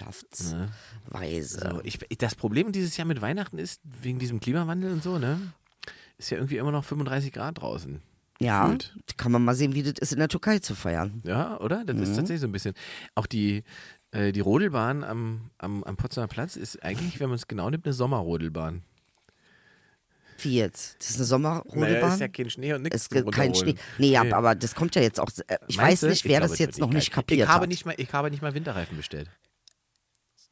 Speaker 4: Wirtschaftsweise.
Speaker 2: So, ich, das Problem dieses Jahr mit Weihnachten ist, wegen diesem Klimawandel und so, ne? Ist ja irgendwie immer noch 35 Grad draußen.
Speaker 4: Ja,
Speaker 2: gefühlt.
Speaker 4: kann man mal sehen, wie das ist, in der Türkei zu feiern.
Speaker 2: Ja, oder? Das ist tatsächlich so ein bisschen. Auch die, äh, die Rodelbahn am, am, am Potsdamer Platz ist eigentlich, wenn man es genau nimmt, eine Sommerrodelbahn.
Speaker 4: Wie jetzt? Das ist eine Sommerrodelbahn?
Speaker 2: ist ja kein Schnee und nichts.
Speaker 4: Es gibt keinen Schnee. Nee, ab- aber das kommt ja jetzt auch. äh, Ich weiß nicht, wer das jetzt noch nicht kapiert
Speaker 2: ich habe
Speaker 4: hat.
Speaker 2: nicht mal, Ich habe nicht mal Winterreifen bestellt.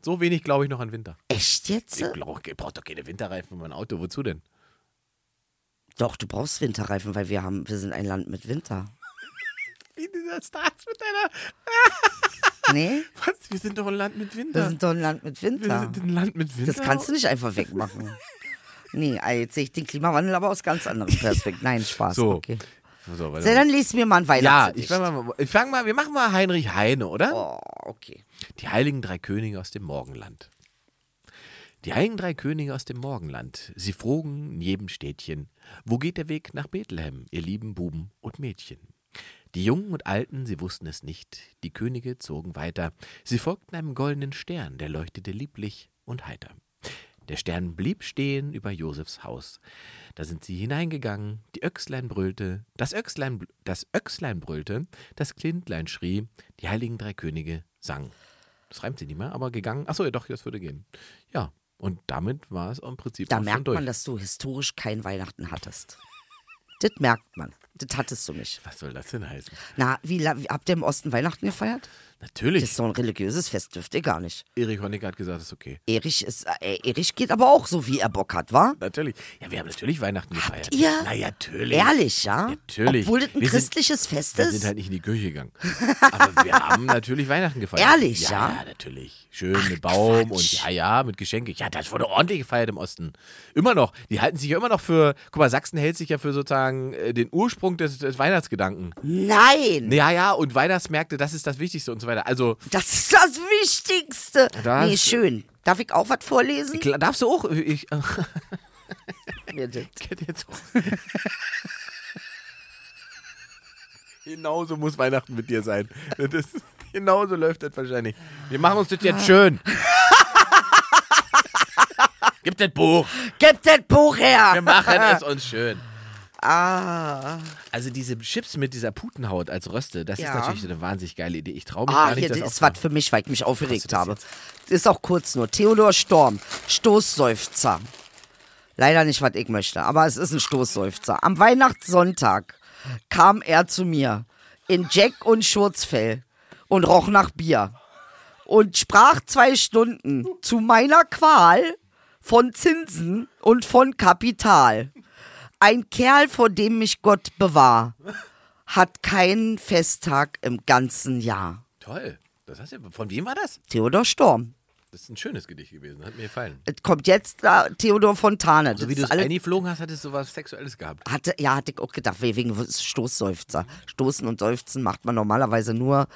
Speaker 2: So wenig glaube ich noch an Winter.
Speaker 4: Echt jetzt?
Speaker 2: Ich glaub, ich brauche doch keine Winterreifen für mein Auto. Wozu denn?
Speaker 4: Doch, du brauchst Winterreifen, weil wir haben, wir sind ein Land mit Winter.
Speaker 2: [LAUGHS] Wie dieser Stars mit deiner.
Speaker 4: Nee?
Speaker 2: Was? Wir sind doch ein Land mit
Speaker 4: Wir
Speaker 2: Winter.
Speaker 4: sind doch ein Land mit
Speaker 2: Wir
Speaker 4: Winter.
Speaker 2: sind ein Land mit Winter.
Speaker 4: Das kannst du nicht einfach wegmachen. Nee, ah, jetzt sehe ich den Klimawandel aber aus ganz anderen Perspektiven. Nein, Spaß.
Speaker 2: So.
Speaker 4: Okay.
Speaker 2: So, weiter.
Speaker 4: So, dann lies mir mal ein
Speaker 2: ja,
Speaker 4: Weihnachtsgedicht.
Speaker 2: ich fang mal, ich fang mal, wir machen mal Heinrich Heine, oder?
Speaker 4: Oh, okay.
Speaker 2: Die heiligen drei Könige aus dem Morgenland. Die heiligen drei Könige aus dem Morgenland, sie frugen in jedem Städtchen, wo geht der Weg nach Bethlehem, ihr lieben Buben und Mädchen? Die Jungen und Alten, sie wussten es nicht, die Könige zogen weiter, sie folgten einem goldenen Stern, der leuchtete lieblich und heiter. Der Stern blieb stehen über Josefs Haus. Da sind sie hineingegangen, die Öchslein brüllte, das Öchslein, bl- das Öchslein brüllte, das Klindlein schrie, die heiligen drei Könige sangen. Das reimt sie nicht mehr, aber gegangen. Achso, ja doch, das würde gehen. Ja, und damit war es im Prinzip
Speaker 4: Da
Speaker 2: auch schon
Speaker 4: merkt
Speaker 2: durch.
Speaker 4: man, dass du historisch kein Weihnachten hattest. Das merkt man. Das hattest du nicht.
Speaker 2: Was soll das denn heißen?
Speaker 4: Na, wie, la- wie habt ihr im Osten Weihnachten gefeiert? Das
Speaker 2: Natürlich.
Speaker 4: ist so ein religiöses Fest, dürft ihr gar nicht.
Speaker 2: Erich Honecker hat gesagt, das ist okay.
Speaker 4: Erich, ist, äh, Erich geht aber auch so, wie er Bock hat, wa?
Speaker 2: Natürlich. Ja, wir haben natürlich Weihnachten gefeiert.
Speaker 4: ihr?
Speaker 2: Na, ja, natürlich.
Speaker 4: Ehrlich, ja?
Speaker 2: Natürlich.
Speaker 4: Obwohl das ein
Speaker 2: Wir sind-
Speaker 4: christliches Fest
Speaker 2: Wir sind
Speaker 4: ist?
Speaker 2: halt nicht in die
Speaker 4: [LAUGHS]
Speaker 2: Kirche gegangen. Aber wir haben natürlich Weihnachten gefeiert.
Speaker 4: Ehrlich, ja?
Speaker 2: ja? Ja, natürlich. Schön mit Baum und ja, ja, mit Geschenke. Ja, das wurde ordentlich gefeiert im Osten. Immer noch. Die halten sich ja immer noch für, guck mal, Sachsen hält sich ja für sozusagen äh, den Ursprung des, des Weihnachtsgedanken.
Speaker 4: Nein!
Speaker 2: Ja, ja, und Weihnachtsmärkte, das ist das Wichtigste und so weiter. Also,
Speaker 4: Das ist das Wichtigste!
Speaker 2: Das-
Speaker 4: nee, schön. Darf ich auch was vorlesen?
Speaker 2: klar, darfst du auch, ich, äh,
Speaker 4: Mir das.
Speaker 2: ich hätte jetzt auch. [LAUGHS] Genauso muss Weihnachten mit dir sein. Das ist, genauso läuft das wahrscheinlich. Wir machen uns das jetzt [LAUGHS] schön. Gib das Buch.
Speaker 4: Gib das Buch her!
Speaker 2: Wir machen es uns schön.
Speaker 4: Ah,
Speaker 2: Also diese Chips mit dieser Putenhaut als Röste, das
Speaker 4: Ja.
Speaker 2: ist natürlich eine wahnsinnig geile Idee. Ich traue mich
Speaker 4: ah
Speaker 2: gar nicht,
Speaker 4: hier, das
Speaker 2: das
Speaker 4: ist
Speaker 2: auch
Speaker 4: was für mich, weil ich mich aufgeregt
Speaker 2: das
Speaker 4: habe. Ist auch kurz nur. Theodor Storm, Stoßseufzer. Leider nicht, was ich möchte, aber es ist ein Stoßseufzer. Am Weihnachtssonntag kam er zu mir in Jack und Schurzfell und roch nach Bier und sprach zwei Stunden zu meiner Qual von Zinsen und von Kapital. Ein Kerl, vor dem mich Gott bewahr, hat keinen Festtag im ganzen Jahr.
Speaker 2: Toll. Das heißt ja, von wem war das?
Speaker 4: Theodor Storm.
Speaker 2: Das ist ein schönes Gedicht gewesen, hat mir gefallen.
Speaker 4: Es kommt jetzt da Theodor Fontane.
Speaker 2: So
Speaker 4: Das
Speaker 2: Also wie du
Speaker 4: ist
Speaker 2: es eingeflogen hast, hattest du was Sexuelles gehabt.
Speaker 4: Hatte, ja, hatte ich auch gedacht, wegen Stoßseufzer. Stoßen und Seufzen macht man normalerweise nur.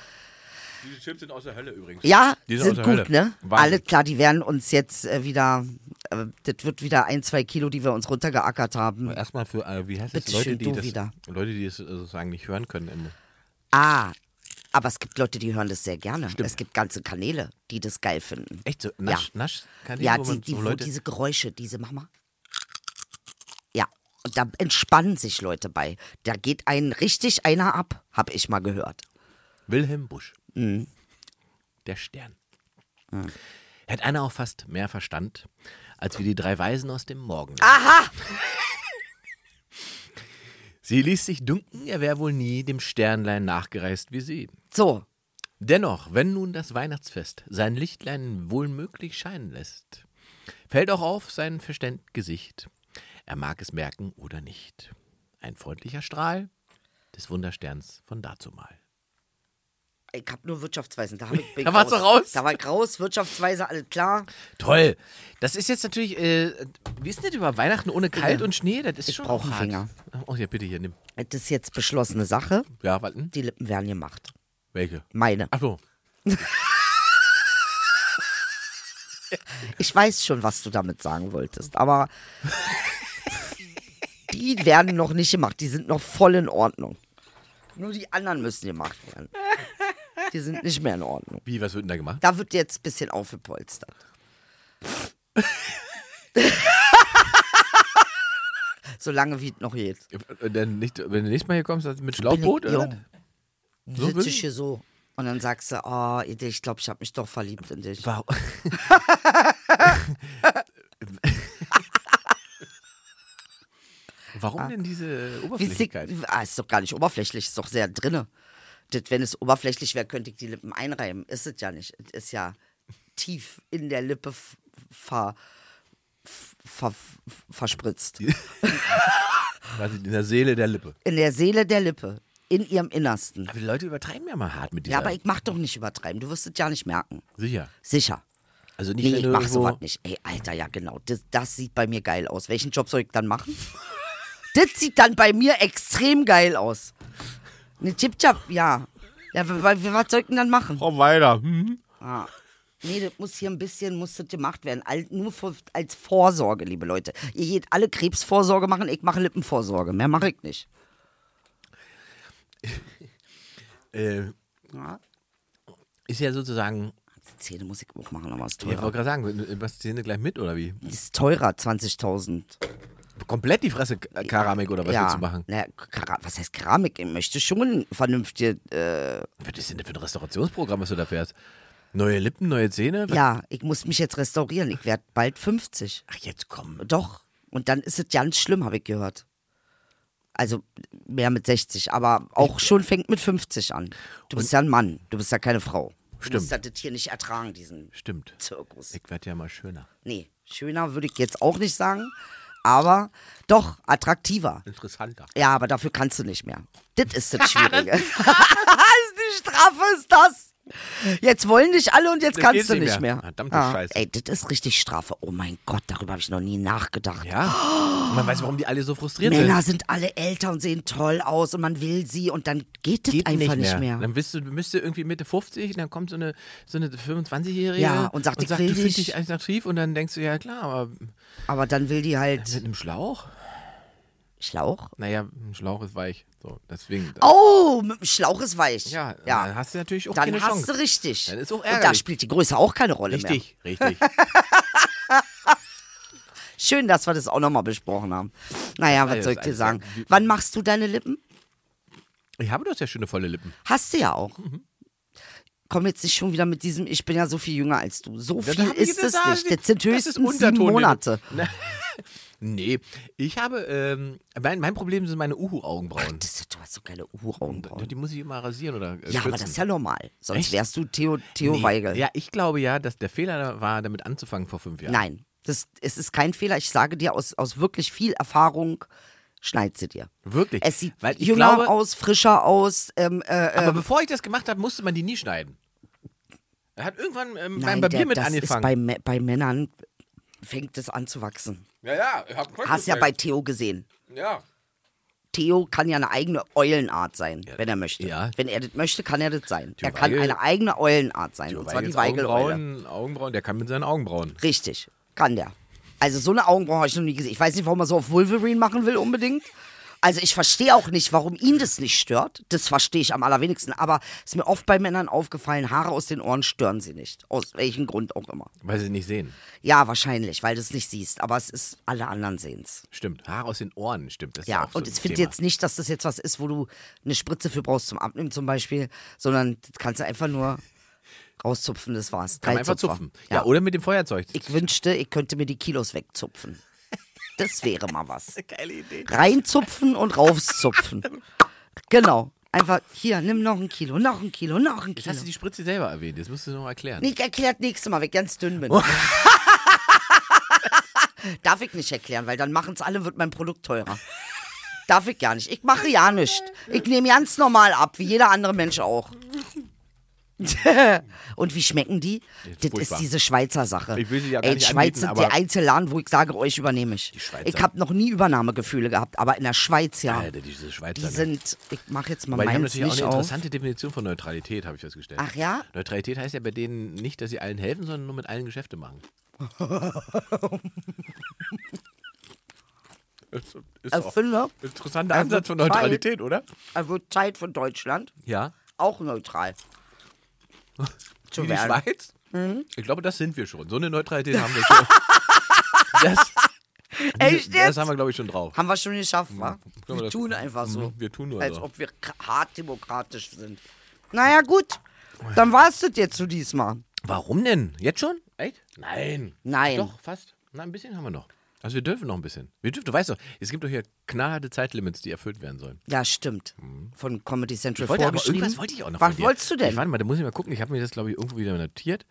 Speaker 2: Diese Chips sind aus der Hölle übrigens.
Speaker 4: Ja,
Speaker 2: Die sind
Speaker 4: sind
Speaker 2: aus der
Speaker 4: gut,
Speaker 2: Hölle.
Speaker 4: ne?
Speaker 2: Wahnsinn.
Speaker 4: Alle klar, die werden uns jetzt äh, wieder, äh, das wird wieder ein, zwei Kilo, die wir uns runtergeackert haben.
Speaker 2: Erstmal für, äh, wie heißt es,
Speaker 4: Bitte
Speaker 2: Leute,
Speaker 4: schön,
Speaker 2: die
Speaker 4: du
Speaker 2: das,
Speaker 4: wieder.
Speaker 2: Leute, die es äh, sozusagen nicht hören können. Im,
Speaker 4: Ah, aber es gibt Leute, die hören das sehr gerne. Es gibt ganze Kanäle, die das geil finden.
Speaker 2: echt so, Nasch,
Speaker 4: Ja.
Speaker 2: Nasch, kann
Speaker 4: ja,
Speaker 2: wo
Speaker 4: die,
Speaker 2: man
Speaker 4: die,
Speaker 2: so
Speaker 4: wo
Speaker 2: Leute,
Speaker 4: diese Geräusche, diese Mama. Ja, und da entspannen sich Leute bei. Da geht ein richtig einer ab, habe ich mal gehört.
Speaker 2: Wilhelm Busch.
Speaker 4: Mhm.
Speaker 2: Der Stern. Hätte einer auch fast mehr Verstand, als wie die drei Weisen aus dem Morgen. Aha! [LAUGHS] sie ließ sich dünken, er wäre wohl nie dem Sternlein nachgereist wie sie.
Speaker 4: So,
Speaker 2: Dennoch, wenn nun das Weihnachtsfest sein Lichtlein wohlmöglich scheinen lässt, fällt auch auf sein verständ Gesicht. Er mag es merken oder nicht. Ein freundlicher Strahl des Wundersterns von dazumal.
Speaker 4: ich habe nur Wirtschaftsweisen. Da, hab
Speaker 2: [LAUGHS]
Speaker 4: ich, bin
Speaker 2: Da warst du raus.
Speaker 4: Da war ich raus, Wirtschaftsweise, alles klar.
Speaker 2: Toll. Das ist jetzt natürlich, äh, wie ist denn das über Weihnachten ohne Kalt und Schnee? Das ist ich schon
Speaker 4: brauch einen
Speaker 2: hart.
Speaker 4: Finger.
Speaker 2: Oh ja, bitte hier, nimm.
Speaker 4: Das ist jetzt beschlossene Sache.
Speaker 2: Ja, warten.
Speaker 4: Die Lippen werden gemacht.
Speaker 2: Welche?
Speaker 4: Meine.
Speaker 2: Ach so.
Speaker 4: Ich weiß schon, was du damit sagen wolltest, aber die werden noch nicht gemacht. Die sind noch voll in Ordnung. Nur die anderen müssen gemacht werden. Die sind nicht mehr in Ordnung.
Speaker 2: Wie, was wird denn da gemacht?
Speaker 4: Da wird jetzt ein bisschen
Speaker 2: [LAUGHS]
Speaker 4: aufgepolstert. Solange wie es noch geht.
Speaker 2: Äh, Dann nicht, wenn du nächstes Mal hier kommst, dann mit Schlauchboot?
Speaker 4: ich
Speaker 2: Oder?
Speaker 4: jung.
Speaker 2: So
Speaker 4: Sitze
Speaker 2: will-
Speaker 4: ich hier so. Und dann sagst du, oh, Idee, ich glaube, ich habe mich doch verliebt in dich.
Speaker 2: Warum? [LAUGHS] Warum denn diese
Speaker 4: Wie sick,
Speaker 2: Oberflächlichkeit?
Speaker 4: ah, ist doch gar nicht oberflächlich, ist doch sehr drinne. Das, wenn es oberflächlich wäre, könnte ich die Lippen einreiben. Ist es ja nicht. Es ist ja tief in der Lippe f- ver, f- ver, f- verspritzt.
Speaker 2: Quasi in der Seele der Lippe.
Speaker 4: In der Seele der Lippe. In ihrem Innersten.
Speaker 2: Aber die Leute übertreiben ja mal hart mit dieser.
Speaker 4: Ja, aber ich mach doch nicht übertreiben. Du wirst es ja nicht merken.
Speaker 2: Sicher.
Speaker 4: Sicher.
Speaker 2: Also nicht,
Speaker 4: Nee,
Speaker 2: wenn
Speaker 4: ich
Speaker 2: du
Speaker 4: mach
Speaker 2: irgendwo-
Speaker 4: sowas nicht. Ey, Alter, ja genau. Das, das sieht bei mir geil aus. Welchen Job soll ich dann
Speaker 2: [LAUGHS]
Speaker 4: machen? das sieht dann bei mir extrem geil aus. Eine Chip-Chap, ja. Ja, wa- wa- was soll ich denn dann machen?
Speaker 2: Komm weiter. Hm?
Speaker 4: Nee, das muss hier ein bisschen muss das gemacht werden. All, nur vor, als Vorsorge, liebe Leute. Ihr geht alle Krebsvorsorge machen, ich mache Lippenvorsorge. Mehr mache ich nicht.
Speaker 2: Äh,
Speaker 4: Ja.
Speaker 2: ist ja sozusagen.
Speaker 4: Die Zähne muss ich auch machen, aber ist
Speaker 2: Ich
Speaker 4: teurer.
Speaker 2: wollte gerade sagen, was die Hände gleich mit oder wie?
Speaker 4: ist teurer, 20.000.
Speaker 2: Komplett die Fresse K- Keramik oder was willst du machen?
Speaker 4: Na, Kera- was heißt Keramik? Ich möchte schon vernünftige äh,
Speaker 2: Was ist denn das für ein Restaurationsprogramm, was du da fährst? Neue Lippen, neue Zähne?
Speaker 4: Ja, ich muss mich jetzt restaurieren. Ich werde bald 50.
Speaker 2: Ach, jetzt komm.
Speaker 4: Doch. Und dann ist es ganz schlimm, habe ich gehört. Also mehr mit 60, aber auch schon fängt mit 50 an. Du bist ja ein Mann, du bist ja keine Frau. Du musst
Speaker 2: Stimmt.
Speaker 4: ja das hier nicht ertragen, diesen
Speaker 2: Stimmt.
Speaker 4: Zirkus.
Speaker 2: Ich werde ja mal schöner.
Speaker 4: Nee, schöner würde ich jetzt auch nicht sagen, aber doch attraktiver.
Speaker 2: Interessanter.
Speaker 4: Ja, aber dafür kannst du nicht mehr. Das
Speaker 2: [LAUGHS]
Speaker 4: ist das Schwierige. [LAUGHS] das ist die Strafe, ist das. Jetzt wollen dich alle und jetzt
Speaker 2: Jetzt
Speaker 4: kannst
Speaker 2: geht's
Speaker 4: du
Speaker 2: nicht
Speaker 4: nicht mehr. Ah,
Speaker 2: mehr. Verdammte Scheiße.
Speaker 4: Ey, das ist richtig Strafe. Oh mein Gott, darüber habe ich noch nie nachgedacht.
Speaker 2: Ja. Und man weiß, warum die alle so frustriert
Speaker 4: Männer
Speaker 2: sind.
Speaker 4: sind alle älter und sehen toll aus und man will sie und dann geht das einfach nicht mehr.
Speaker 2: Dann bist du, bist du irgendwie Mitte 50 und dann kommt so eine, so eine 25-Jährige
Speaker 4: Ja, und sagt, ich will
Speaker 2: du findest
Speaker 4: dich.
Speaker 2: dich attraktiv und dann denkst du, ja klar, aber mit
Speaker 4: Aber dann will die halt
Speaker 2: einem Schlauch?
Speaker 4: Schlauch.
Speaker 2: Naja, ein Schlauch ist weich. So, deswegen.
Speaker 4: Oh, mit dem Schlauch ist weich.
Speaker 2: Ja, dann hast du natürlich auch
Speaker 4: Dann
Speaker 2: keine
Speaker 4: hast
Speaker 2: Chance.
Speaker 4: du richtig.
Speaker 2: Dann ist auch
Speaker 4: und da
Speaker 2: ärgerlich.
Speaker 4: spielt die Größe auch keine Rolle mehr.
Speaker 2: Richtig,
Speaker 4: [LAUGHS]
Speaker 2: richtig.
Speaker 4: Schön, dass wir das auch nochmal besprochen haben. Naja, was
Speaker 2: alles,
Speaker 4: soll ich dir
Speaker 2: alles,
Speaker 4: sagen?
Speaker 2: ja.
Speaker 4: Wann machst du deine Lippen?
Speaker 2: Ich habe doch sehr schöne volle Lippen.
Speaker 4: Hast du ja auch.
Speaker 2: Mhm.
Speaker 4: Komm jetzt nicht schon wieder mit diesem, ich bin ja so viel jünger als du. So
Speaker 2: Das
Speaker 4: viel
Speaker 2: hab ich
Speaker 4: ist es
Speaker 2: gesagt,
Speaker 4: nicht. Das sind
Speaker 2: das ist
Speaker 4: höchstens sieben
Speaker 2: Unterton, den-
Speaker 4: Monate.
Speaker 2: [LAUGHS] Nee, ich habe, ähm, mein, mein Problem sind meine Uhu-Augenbrauen.
Speaker 4: Das, du hast so geile Uraugenbrauen.
Speaker 2: äh, Die muss ich immer rasieren oder äh,
Speaker 4: Ja, aber
Speaker 2: kürzen.
Speaker 4: das ist ja normal. Sonst
Speaker 2: Echt?
Speaker 4: wärst du Theo, Theo
Speaker 2: Nee,
Speaker 4: Weigel.
Speaker 2: Ja, ich glaube ja, dass der Fehler war, damit anzufangen vor fünf Jahren.
Speaker 4: Nein. Das, es ist kein Fehler. Ich sage dir aus, aus wirklich viel Erfahrung, schneid sie dir.
Speaker 2: Wirklich?
Speaker 4: Es sieht
Speaker 2: Weil ich
Speaker 4: jünger
Speaker 2: glaube-
Speaker 4: aus, frischer aus. Ähm, äh,
Speaker 2: Aber
Speaker 4: äh,
Speaker 2: bevor ich das gemacht habe, musste man die nie schneiden. Er hat irgendwann ähm,
Speaker 4: nein,
Speaker 2: beim
Speaker 4: der-
Speaker 2: Papier mit
Speaker 4: das
Speaker 2: angefangen.
Speaker 4: Ist bei, Mä- bei Männern fängt es an zu wachsen.
Speaker 2: ja, ja, ich hab Quatsch
Speaker 4: Hast ja bei
Speaker 2: gesagt.
Speaker 4: Theo gesehen.
Speaker 2: Ja.
Speaker 4: Theo kann ja eine eigene Eulenart sein, wenn er möchte.
Speaker 2: ja.
Speaker 4: Wenn er das möchte, kann er das sein.
Speaker 2: Theo
Speaker 4: er kann
Speaker 2: Weigel-
Speaker 4: eine eigene Eulenart sein. und zwar die
Speaker 2: Weigels
Speaker 4: Weigeläule.
Speaker 2: Augenbrauen, Augenbrauen, der kann mit seinen Augenbrauen.
Speaker 4: Richtig, kann der. Also so eine Augenbraue habe ich noch nie gesehen. Ich weiß nicht, warum er so auf Wolverine machen will unbedingt. Also ich verstehe auch nicht, warum ihn das nicht stört. Das verstehe ich am allerwenigsten. Aber es ist mir oft bei Männern aufgefallen, Haare aus den Ohren stören sie nicht. Aus welchem Grund auch immer.
Speaker 2: Weil sie nicht sehen.
Speaker 4: Ja, wahrscheinlich, weil du es nicht siehst. Aber es ist, alle anderen sehen es.
Speaker 2: Stimmt. Haare aus den Ohren, stimmt. Das
Speaker 4: Ja,
Speaker 2: ist auch
Speaker 4: und
Speaker 2: so ein
Speaker 4: ich finde
Speaker 2: Thema.
Speaker 4: jetzt nicht, dass das jetzt was ist, wo du eine Spritze für brauchst zum Abnehmen zum Beispiel, sondern das kannst du einfach nur rauszupfen, das war's.
Speaker 2: Kann
Speaker 4: Drei
Speaker 2: man einfach
Speaker 4: Zupfer.
Speaker 2: zupfen. Ja.
Speaker 4: Ja.
Speaker 2: oder mit dem Feuerzeug.
Speaker 4: Ich wünschte, ich könnte mir die Kilos wegzupfen. Das wäre mal
Speaker 2: [LAUGHS]
Speaker 4: was.
Speaker 2: Geile Idee.
Speaker 4: Reinzupfen
Speaker 2: [LAUGHS]
Speaker 4: und rauszupfen. Genau. Einfach, hier, nimm noch ein Kilo, noch ein Kilo, noch ein
Speaker 2: Jetzt
Speaker 4: Kilo.
Speaker 2: hast du die Spritze selber erwähnt. Das musst du noch erklären.
Speaker 4: Nee, ich erkläre das nächste Mal, wenn ich ganz dünn
Speaker 2: [LAUGHS]
Speaker 4: bin. Darf ich nicht erklären, weil dann machen es alle, wird mein Produkt teurer. Darf ich gar nicht. Ich mache ja nichts. Ich nehme ganz normal ab, wie jeder andere Mensch auch. [LAUGHS] Und wie schmecken die? Das
Speaker 2: furchtbar.
Speaker 4: ist diese Schweizer Sache.
Speaker 2: Ich will sie ja gar
Speaker 4: Ey,
Speaker 2: nicht
Speaker 4: Schweiz
Speaker 2: anbieten,
Speaker 4: sind
Speaker 2: aber-
Speaker 4: der einzige Laden, wo ich sage, euch übernehme ich.
Speaker 2: Schweizer.
Speaker 4: Ich habe noch nie Übernahmegefühle gehabt, aber in der Schweiz ja.
Speaker 2: Alter, diese Schweizer.
Speaker 4: die
Speaker 2: ne?
Speaker 4: sind, ich mache jetzt mal
Speaker 2: Weil die haben
Speaker 4: meins
Speaker 2: natürlich auch
Speaker 4: nicht
Speaker 2: eine
Speaker 4: auf.
Speaker 2: interessante Definition von Neutralität, habe ich festgestellt.
Speaker 4: Ach ja?
Speaker 2: Neutralität heißt ja bei denen nicht, dass sie allen helfen, sondern nur mit allen Geschäfte [LAUGHS] machen. ist, ist
Speaker 4: Ich finde,
Speaker 2: interessanter
Speaker 4: Also
Speaker 2: Ansatz von
Speaker 4: Zeit-
Speaker 2: Neutralität, oder?
Speaker 4: es wird Zeit von Deutschland.
Speaker 2: Ja.
Speaker 4: auch neutral zu
Speaker 2: Wie die
Speaker 4: werden. Mhm.
Speaker 2: Schweiz? Ich glaube, das sind wir schon. So eine Neutralität haben wir
Speaker 4: [LAUGHS]
Speaker 2: schon. Das,
Speaker 4: Echt
Speaker 2: das
Speaker 4: jetzt?
Speaker 2: haben wir, glaube ich, schon drauf.
Speaker 4: Haben wir schon geschafft, wa?
Speaker 2: wir
Speaker 4: Wir
Speaker 2: das-
Speaker 4: tun einfach so.
Speaker 2: Mhm, wir tun nur
Speaker 4: Als
Speaker 2: so.
Speaker 4: ob wir k- hart demokratisch sind. Naja, gut. Dann war es das jetzt so diesmal.
Speaker 2: Warum denn? Jetzt schon? Echt? Nein.
Speaker 4: Nein.
Speaker 2: Doch, fast. Na, ein bisschen haben wir noch. Also wir dürfen noch ein bisschen. Wir dürfen, du weißt doch, es gibt doch hier knallharte Zeitlimits, die erfüllt werden sollen.
Speaker 4: Ja, stimmt. Von Comedy Central
Speaker 2: Mhm. Ich wollte aber
Speaker 4: vorgeschrieben.
Speaker 2: irgendwas wollte ich auch noch.
Speaker 4: Was
Speaker 2: von dir.
Speaker 4: wolltest du
Speaker 2: Ich,
Speaker 4: denn?
Speaker 2: warte mal, da muss ich mal gucken. Ich habe mir das, glaube ich, irgendwo wieder notiert.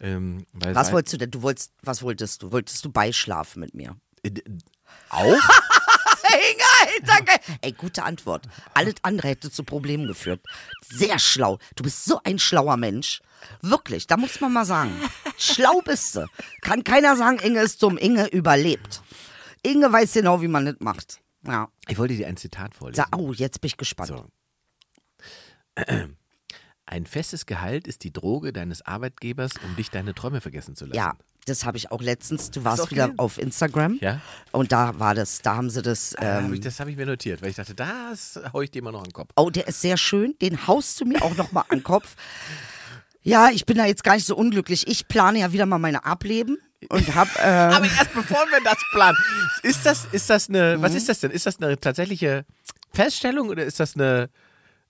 Speaker 2: Ähm, weil
Speaker 4: Was
Speaker 2: weil-
Speaker 4: wolltest du denn? Du wolltest, was wolltest du? Wolltest du beischlafen mit mir?
Speaker 2: Äh, d- Auch?
Speaker 4: [LAUGHS] Egal, danke. Ey, gute Antwort. Alles andere hätte zu Problemen geführt. Sehr schlau. Du bist so ein schlauer Mensch. Wirklich, da muss man mal sagen. Schlau bist du. Kann keiner sagen, Inge ist dumm. Inge überlebt. Inge weiß genau, wie man das macht. Ja.
Speaker 2: Ich wollte dir ein Zitat vorlesen.
Speaker 4: Da, oh, jetzt bin ich gespannt.
Speaker 2: So. [CLEARS THROAT] Ein festes Gehalt ist die Droge deines Arbeitgebers, um dich deine Träume vergessen zu lassen.
Speaker 4: Ja, das habe ich auch letztens. Du
Speaker 2: du
Speaker 4: warst
Speaker 2: auch
Speaker 4: wieder
Speaker 2: gesehen?
Speaker 4: auf Instagram.
Speaker 2: Ja. Ah,
Speaker 4: Und da war das, da haben sie das.
Speaker 2: Da hab
Speaker 4: Ähm,
Speaker 2: ich, das habe ich mir notiert, weil ich dachte, das hau ich dir immer noch an den Kopf.
Speaker 4: Oh, der ist sehr schön. Den haust du mir auch nochmal an den Kopf. Ja, ich bin da jetzt gar nicht so unglücklich. Ich plane ja wieder mal meine Ableben und hab. Äh,
Speaker 2: [LAUGHS] Aber erst bevor wir das planen. Ist das, ist das eine,
Speaker 4: Mhm.
Speaker 2: was ist das denn? Ist das eine tatsächliche Feststellung oder ist das eine,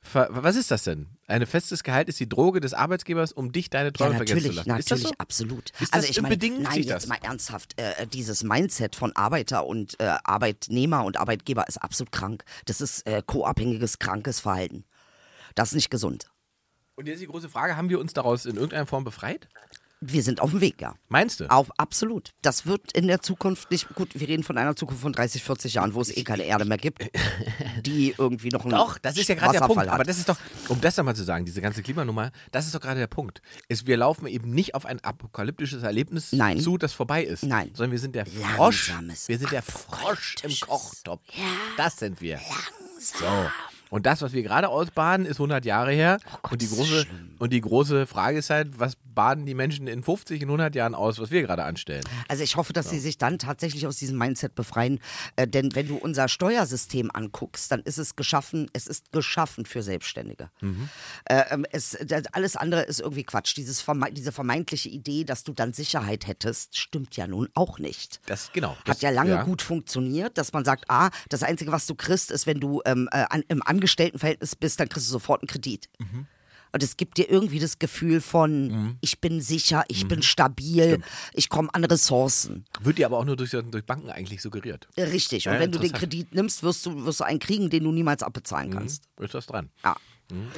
Speaker 2: Ver was ist das denn? Ein festes Gehalt ist die Droge des Arbeitgebers, um dich deine
Speaker 4: ja,
Speaker 2: Träume vergessen zu
Speaker 4: natürlich,
Speaker 2: lassen.
Speaker 4: natürlich,
Speaker 2: ist das so?
Speaker 4: absolut.
Speaker 2: Ist
Speaker 4: also
Speaker 2: das-
Speaker 4: ich meine,
Speaker 2: bedingt
Speaker 4: nein,
Speaker 2: sich
Speaker 4: jetzt
Speaker 2: das?
Speaker 4: mal ernsthaft, äh, dieses Mindset von Arbeiter und äh, Arbeitnehmer und Arbeitgeber ist absolut krank. Das ist äh, co-abhängiges, krankes Verhalten. Das ist nicht gesund.
Speaker 2: Und jetzt die große Frage, haben wir uns daraus in irgendeiner Form befreit?
Speaker 4: Wir sind auf dem Weg, ja.
Speaker 2: Meinst du?
Speaker 4: Auf, absolut. Das wird in der Zukunft nicht gut. Wir reden von einer Zukunft von 30, 40 Jahren, wo es eh keine Erde mehr
Speaker 2: [LAUGHS]
Speaker 4: gibt, die irgendwie noch einen
Speaker 2: Doch, das ist ja gerade der
Speaker 4: Wasserfall
Speaker 2: Punkt.
Speaker 4: Hat.
Speaker 2: Aber das ist doch, um das nochmal zu sagen, diese ganze Klimanummer, das ist doch gerade der Punkt. Ist, wir laufen eben nicht auf ein apokalyptisches Erlebnis
Speaker 4: Nein.
Speaker 2: zu, das vorbei ist.
Speaker 4: Nein.
Speaker 2: Sondern wir sind der Frosch.
Speaker 4: Langsames,
Speaker 2: Wir sind der Frosch im Kochtopf. Das sind wir. Langsam. So. Und das, was wir gerade ausbaden, ist 100 Jahre her.
Speaker 4: Oh
Speaker 2: und, die große, und die große Frage ist halt, was baden die Menschen in 50, in 100 Jahren aus, was wir gerade anstellen?
Speaker 4: also ich hoffe, dass sie sich dann tatsächlich aus diesem Mindset befreien. Äh, denn wenn du unser Steuersystem anguckst, dann ist es geschaffen, es ist geschaffen für Selbstständige.
Speaker 2: Mhm.
Speaker 4: Äh, ähm, es, das, alles andere ist irgendwie Quatsch. Dieses verme diese vermeintliche Idee, dass du dann Sicherheit hättest, stimmt ja nun auch nicht.
Speaker 2: Das, genau. Das,
Speaker 4: Hat ja lange gut funktioniert, dass man sagt, ah, das Einzige, was du kriegst, ist, wenn du ähm, äh, an, im Angestelltenverhältnis bist, dann kriegst du sofort einen Kredit.
Speaker 2: Mhm.
Speaker 4: Und es gibt dir irgendwie das Gefühl von, ich bin sicher, ich
Speaker 2: Mhm.
Speaker 4: bin stabil, ich komme an Ressourcen.
Speaker 2: Wird dir aber auch nur durch, durch Banken eigentlich suggeriert.
Speaker 4: Äh, Richtig. Und
Speaker 2: Ja,
Speaker 4: wenn du den
Speaker 2: interessant. Mhm.
Speaker 4: Kredit nimmst, wirst du, wirst du einen kriegen, den du niemals abbezahlen kannst.
Speaker 2: Hm? Ist das dran? Hm?
Speaker 4: Ja.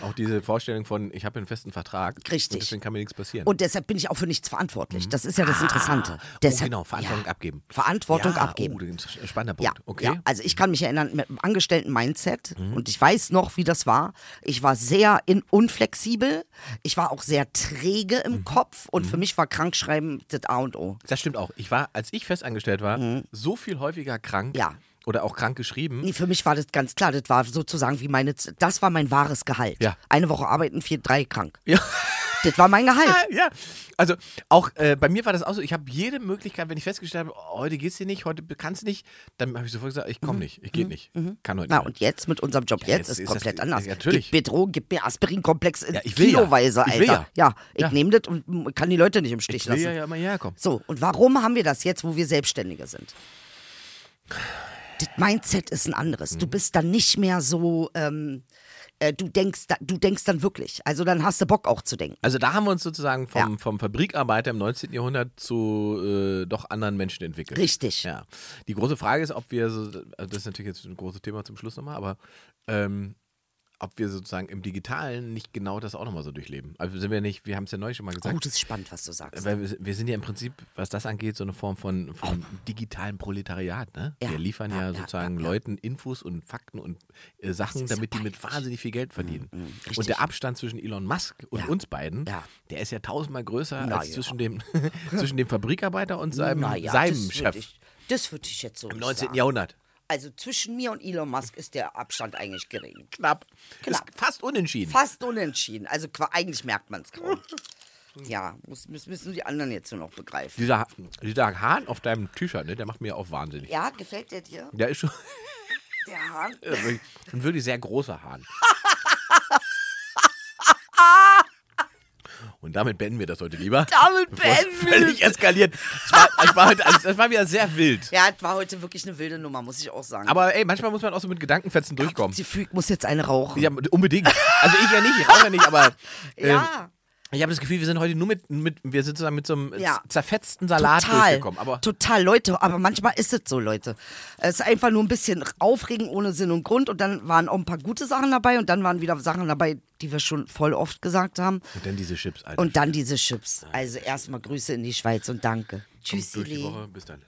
Speaker 2: Auch diese Vorstellung von, ich habe einen festen Vertrag.
Speaker 4: Richtig.
Speaker 2: Und deswegen kann mir nichts passieren.
Speaker 4: Und deshalb bin ich auch für nichts verantwortlich. Das ist ja das Interessante.
Speaker 2: Mhm. oh,
Speaker 4: Deshalb,
Speaker 2: genau, Verantwortung
Speaker 4: ja.
Speaker 2: abgeben.
Speaker 4: Verantwortung
Speaker 2: ja,
Speaker 4: abgeben.
Speaker 2: Oh, das ist ein spannender
Speaker 4: Ja,
Speaker 2: Punkt. okay. Mhm.
Speaker 4: ja, also ich kann mich erinnern mit dem Angestellten-Mindset und ich weiß noch, wie das war. Ich war sehr in, unflexibel, ich war auch sehr träge
Speaker 2: Mhm.
Speaker 4: im Kopf und für mich war Krankschreiben das A und O.
Speaker 2: Das stimmt auch. Ich war, als ich festangestellt war, so viel häufiger krank
Speaker 4: Mhm. Ja.
Speaker 2: oder auch krank geschrieben.
Speaker 4: Nee, für mich war das ganz klar, das war sozusagen wie meine, Z- das war mein wahres Gehalt.
Speaker 2: Ja.
Speaker 4: Eine Woche arbeiten, vier, drei krank.
Speaker 2: Ja.
Speaker 4: Das war mein Gehalt.
Speaker 2: ja. Also auch äh, bei mir war das auch so, ich habe jede Möglichkeit, wenn ich festgestellt habe, oh, heute geht's dir nicht, heute kannst du nicht, dann habe ich sofort gesagt, ich komme nicht, ich gehe nicht, kann heute
Speaker 4: Na
Speaker 2: nicht.
Speaker 4: und jetzt mit unserem Job
Speaker 2: Ja,
Speaker 4: jetzt,
Speaker 2: jetzt
Speaker 4: ist
Speaker 2: ist das-
Speaker 4: komplett anders.
Speaker 2: ja,
Speaker 4: Gib
Speaker 2: natürlich.
Speaker 4: mir Drogen, gib mir Aspirinkomplex in
Speaker 2: Ja, ich will ja.
Speaker 4: Kiloweise,
Speaker 2: Ich
Speaker 4: Alter.
Speaker 2: will
Speaker 4: ja, ich
Speaker 2: Ja.
Speaker 4: nehme das und kann die Leute nicht im Stich
Speaker 2: Ich
Speaker 4: lassen.
Speaker 2: will ja, ja mal herkommen.
Speaker 4: So, und warum haben wir das jetzt, wo wir Selbstständige sind? Das Mindset ist ein anderes.
Speaker 2: Mhm.
Speaker 4: Du bist dann nicht mehr so, ähm, äh, du, denkst, da- du denkst dann wirklich. Also dann hast du Bock auch zu denken.
Speaker 2: Also da haben wir uns sozusagen vom,
Speaker 4: Ja.
Speaker 2: vom Fabrikarbeiter im 19. Jahrhundert zu äh, doch anderen Menschen entwickelt.
Speaker 4: Richtig.
Speaker 2: Ja. Die große Frage ist, ob wir, so, also das ist natürlich jetzt ein großes Thema zum Schluss nochmal, aber ähm, ob wir sozusagen im Digitalen nicht genau das auch nochmal so durchleben. Also sind wir nicht, wir haben es ja neulich schon mal
Speaker 4: Oh,
Speaker 2: gesagt,
Speaker 4: das ist spannend, was du sagst.
Speaker 2: weil wir, wir sind ja im Prinzip, was das angeht, so eine Form von, von digitalen Proletariat. Ne?
Speaker 4: Ja.
Speaker 2: Wir liefern
Speaker 4: Ja,
Speaker 2: ja,
Speaker 4: ja,
Speaker 2: sozusagen
Speaker 4: ja, ja.
Speaker 2: Leuten Infos und Fakten und äh, Sachen,
Speaker 4: ist so
Speaker 2: damit die mit
Speaker 4: peinlich.
Speaker 2: wahnsinnig viel Geld verdienen.
Speaker 4: richtig.
Speaker 2: und der Abstand zwischen Elon Musk und
Speaker 4: Ja.
Speaker 2: uns beiden,
Speaker 4: Ja.
Speaker 2: der ist ja tausendmal größer
Speaker 4: Na
Speaker 2: als
Speaker 4: ja.
Speaker 2: zwischen, dem, [LAUGHS] zwischen dem Fabrikarbeiter und seinem,
Speaker 4: Naja,
Speaker 2: seinem
Speaker 4: das würd
Speaker 2: Chef
Speaker 4: Ich, das würde ich jetzt so
Speaker 2: im
Speaker 4: nicht
Speaker 2: 19.
Speaker 4: sagen.
Speaker 2: Jahrhundert.
Speaker 4: Also zwischen mir und Elon Musk ist der Abstand eigentlich gering.
Speaker 2: Knapp.
Speaker 4: Knapp.
Speaker 2: Ist fast unentschieden.
Speaker 4: Fast unentschieden. Also qua- eigentlich merkt man es
Speaker 2: [LAUGHS]
Speaker 4: kaum. Ja, muss, müssen- müssen die anderen jetzt nur noch begreifen.
Speaker 2: Dieser, dieser Hahn auf deinem T-Shirt, ne, der macht mir auch wahnsinnig.
Speaker 4: Ja, gefällt der dir?
Speaker 2: Der ist schon
Speaker 4: Der Hahn?
Speaker 2: ein wirklich sehr großer Hahn. Und damit beenden wir das heute lieber.
Speaker 4: Damit
Speaker 2: bevor es
Speaker 4: beenden wir
Speaker 2: Völlig eskaliert. Es war, es war, heute, also es war wieder sehr wild.
Speaker 4: Ja, es war heute wirklich eine wilde Nummer, muss ich auch sagen.
Speaker 2: Aber ey, manchmal muss man auch so mit Gedankenfetzen durchkommen.
Speaker 4: Sie fühlt, muss jetzt eine rauchen.
Speaker 2: Ja, unbedingt. Also ich ja nicht, ich rauche ja nicht, aber ähm,
Speaker 4: Ja.
Speaker 2: ich habe das Gefühl, wir sind heute nur mit, mit wir sind sozusagen mit so einem
Speaker 4: Ja.
Speaker 2: z- zerfetzten Salat
Speaker 4: Total,
Speaker 2: durchgekommen. Aber
Speaker 4: total, Leute, aber manchmal ist es so, Leute. Es ist einfach nur ein bisschen aufregend ohne Sinn und Grund und dann waren auch ein paar gute Sachen dabei und dann waren wieder Sachen dabei, die wir schon voll oft gesagt haben.
Speaker 2: und dann diese Chips, Alter.
Speaker 4: Und dann diese Chips. Also erstmal Grüße in die Schweiz und danke. Tschüss,
Speaker 2: durch die
Speaker 4: Silly.
Speaker 2: Woche. Bis dann.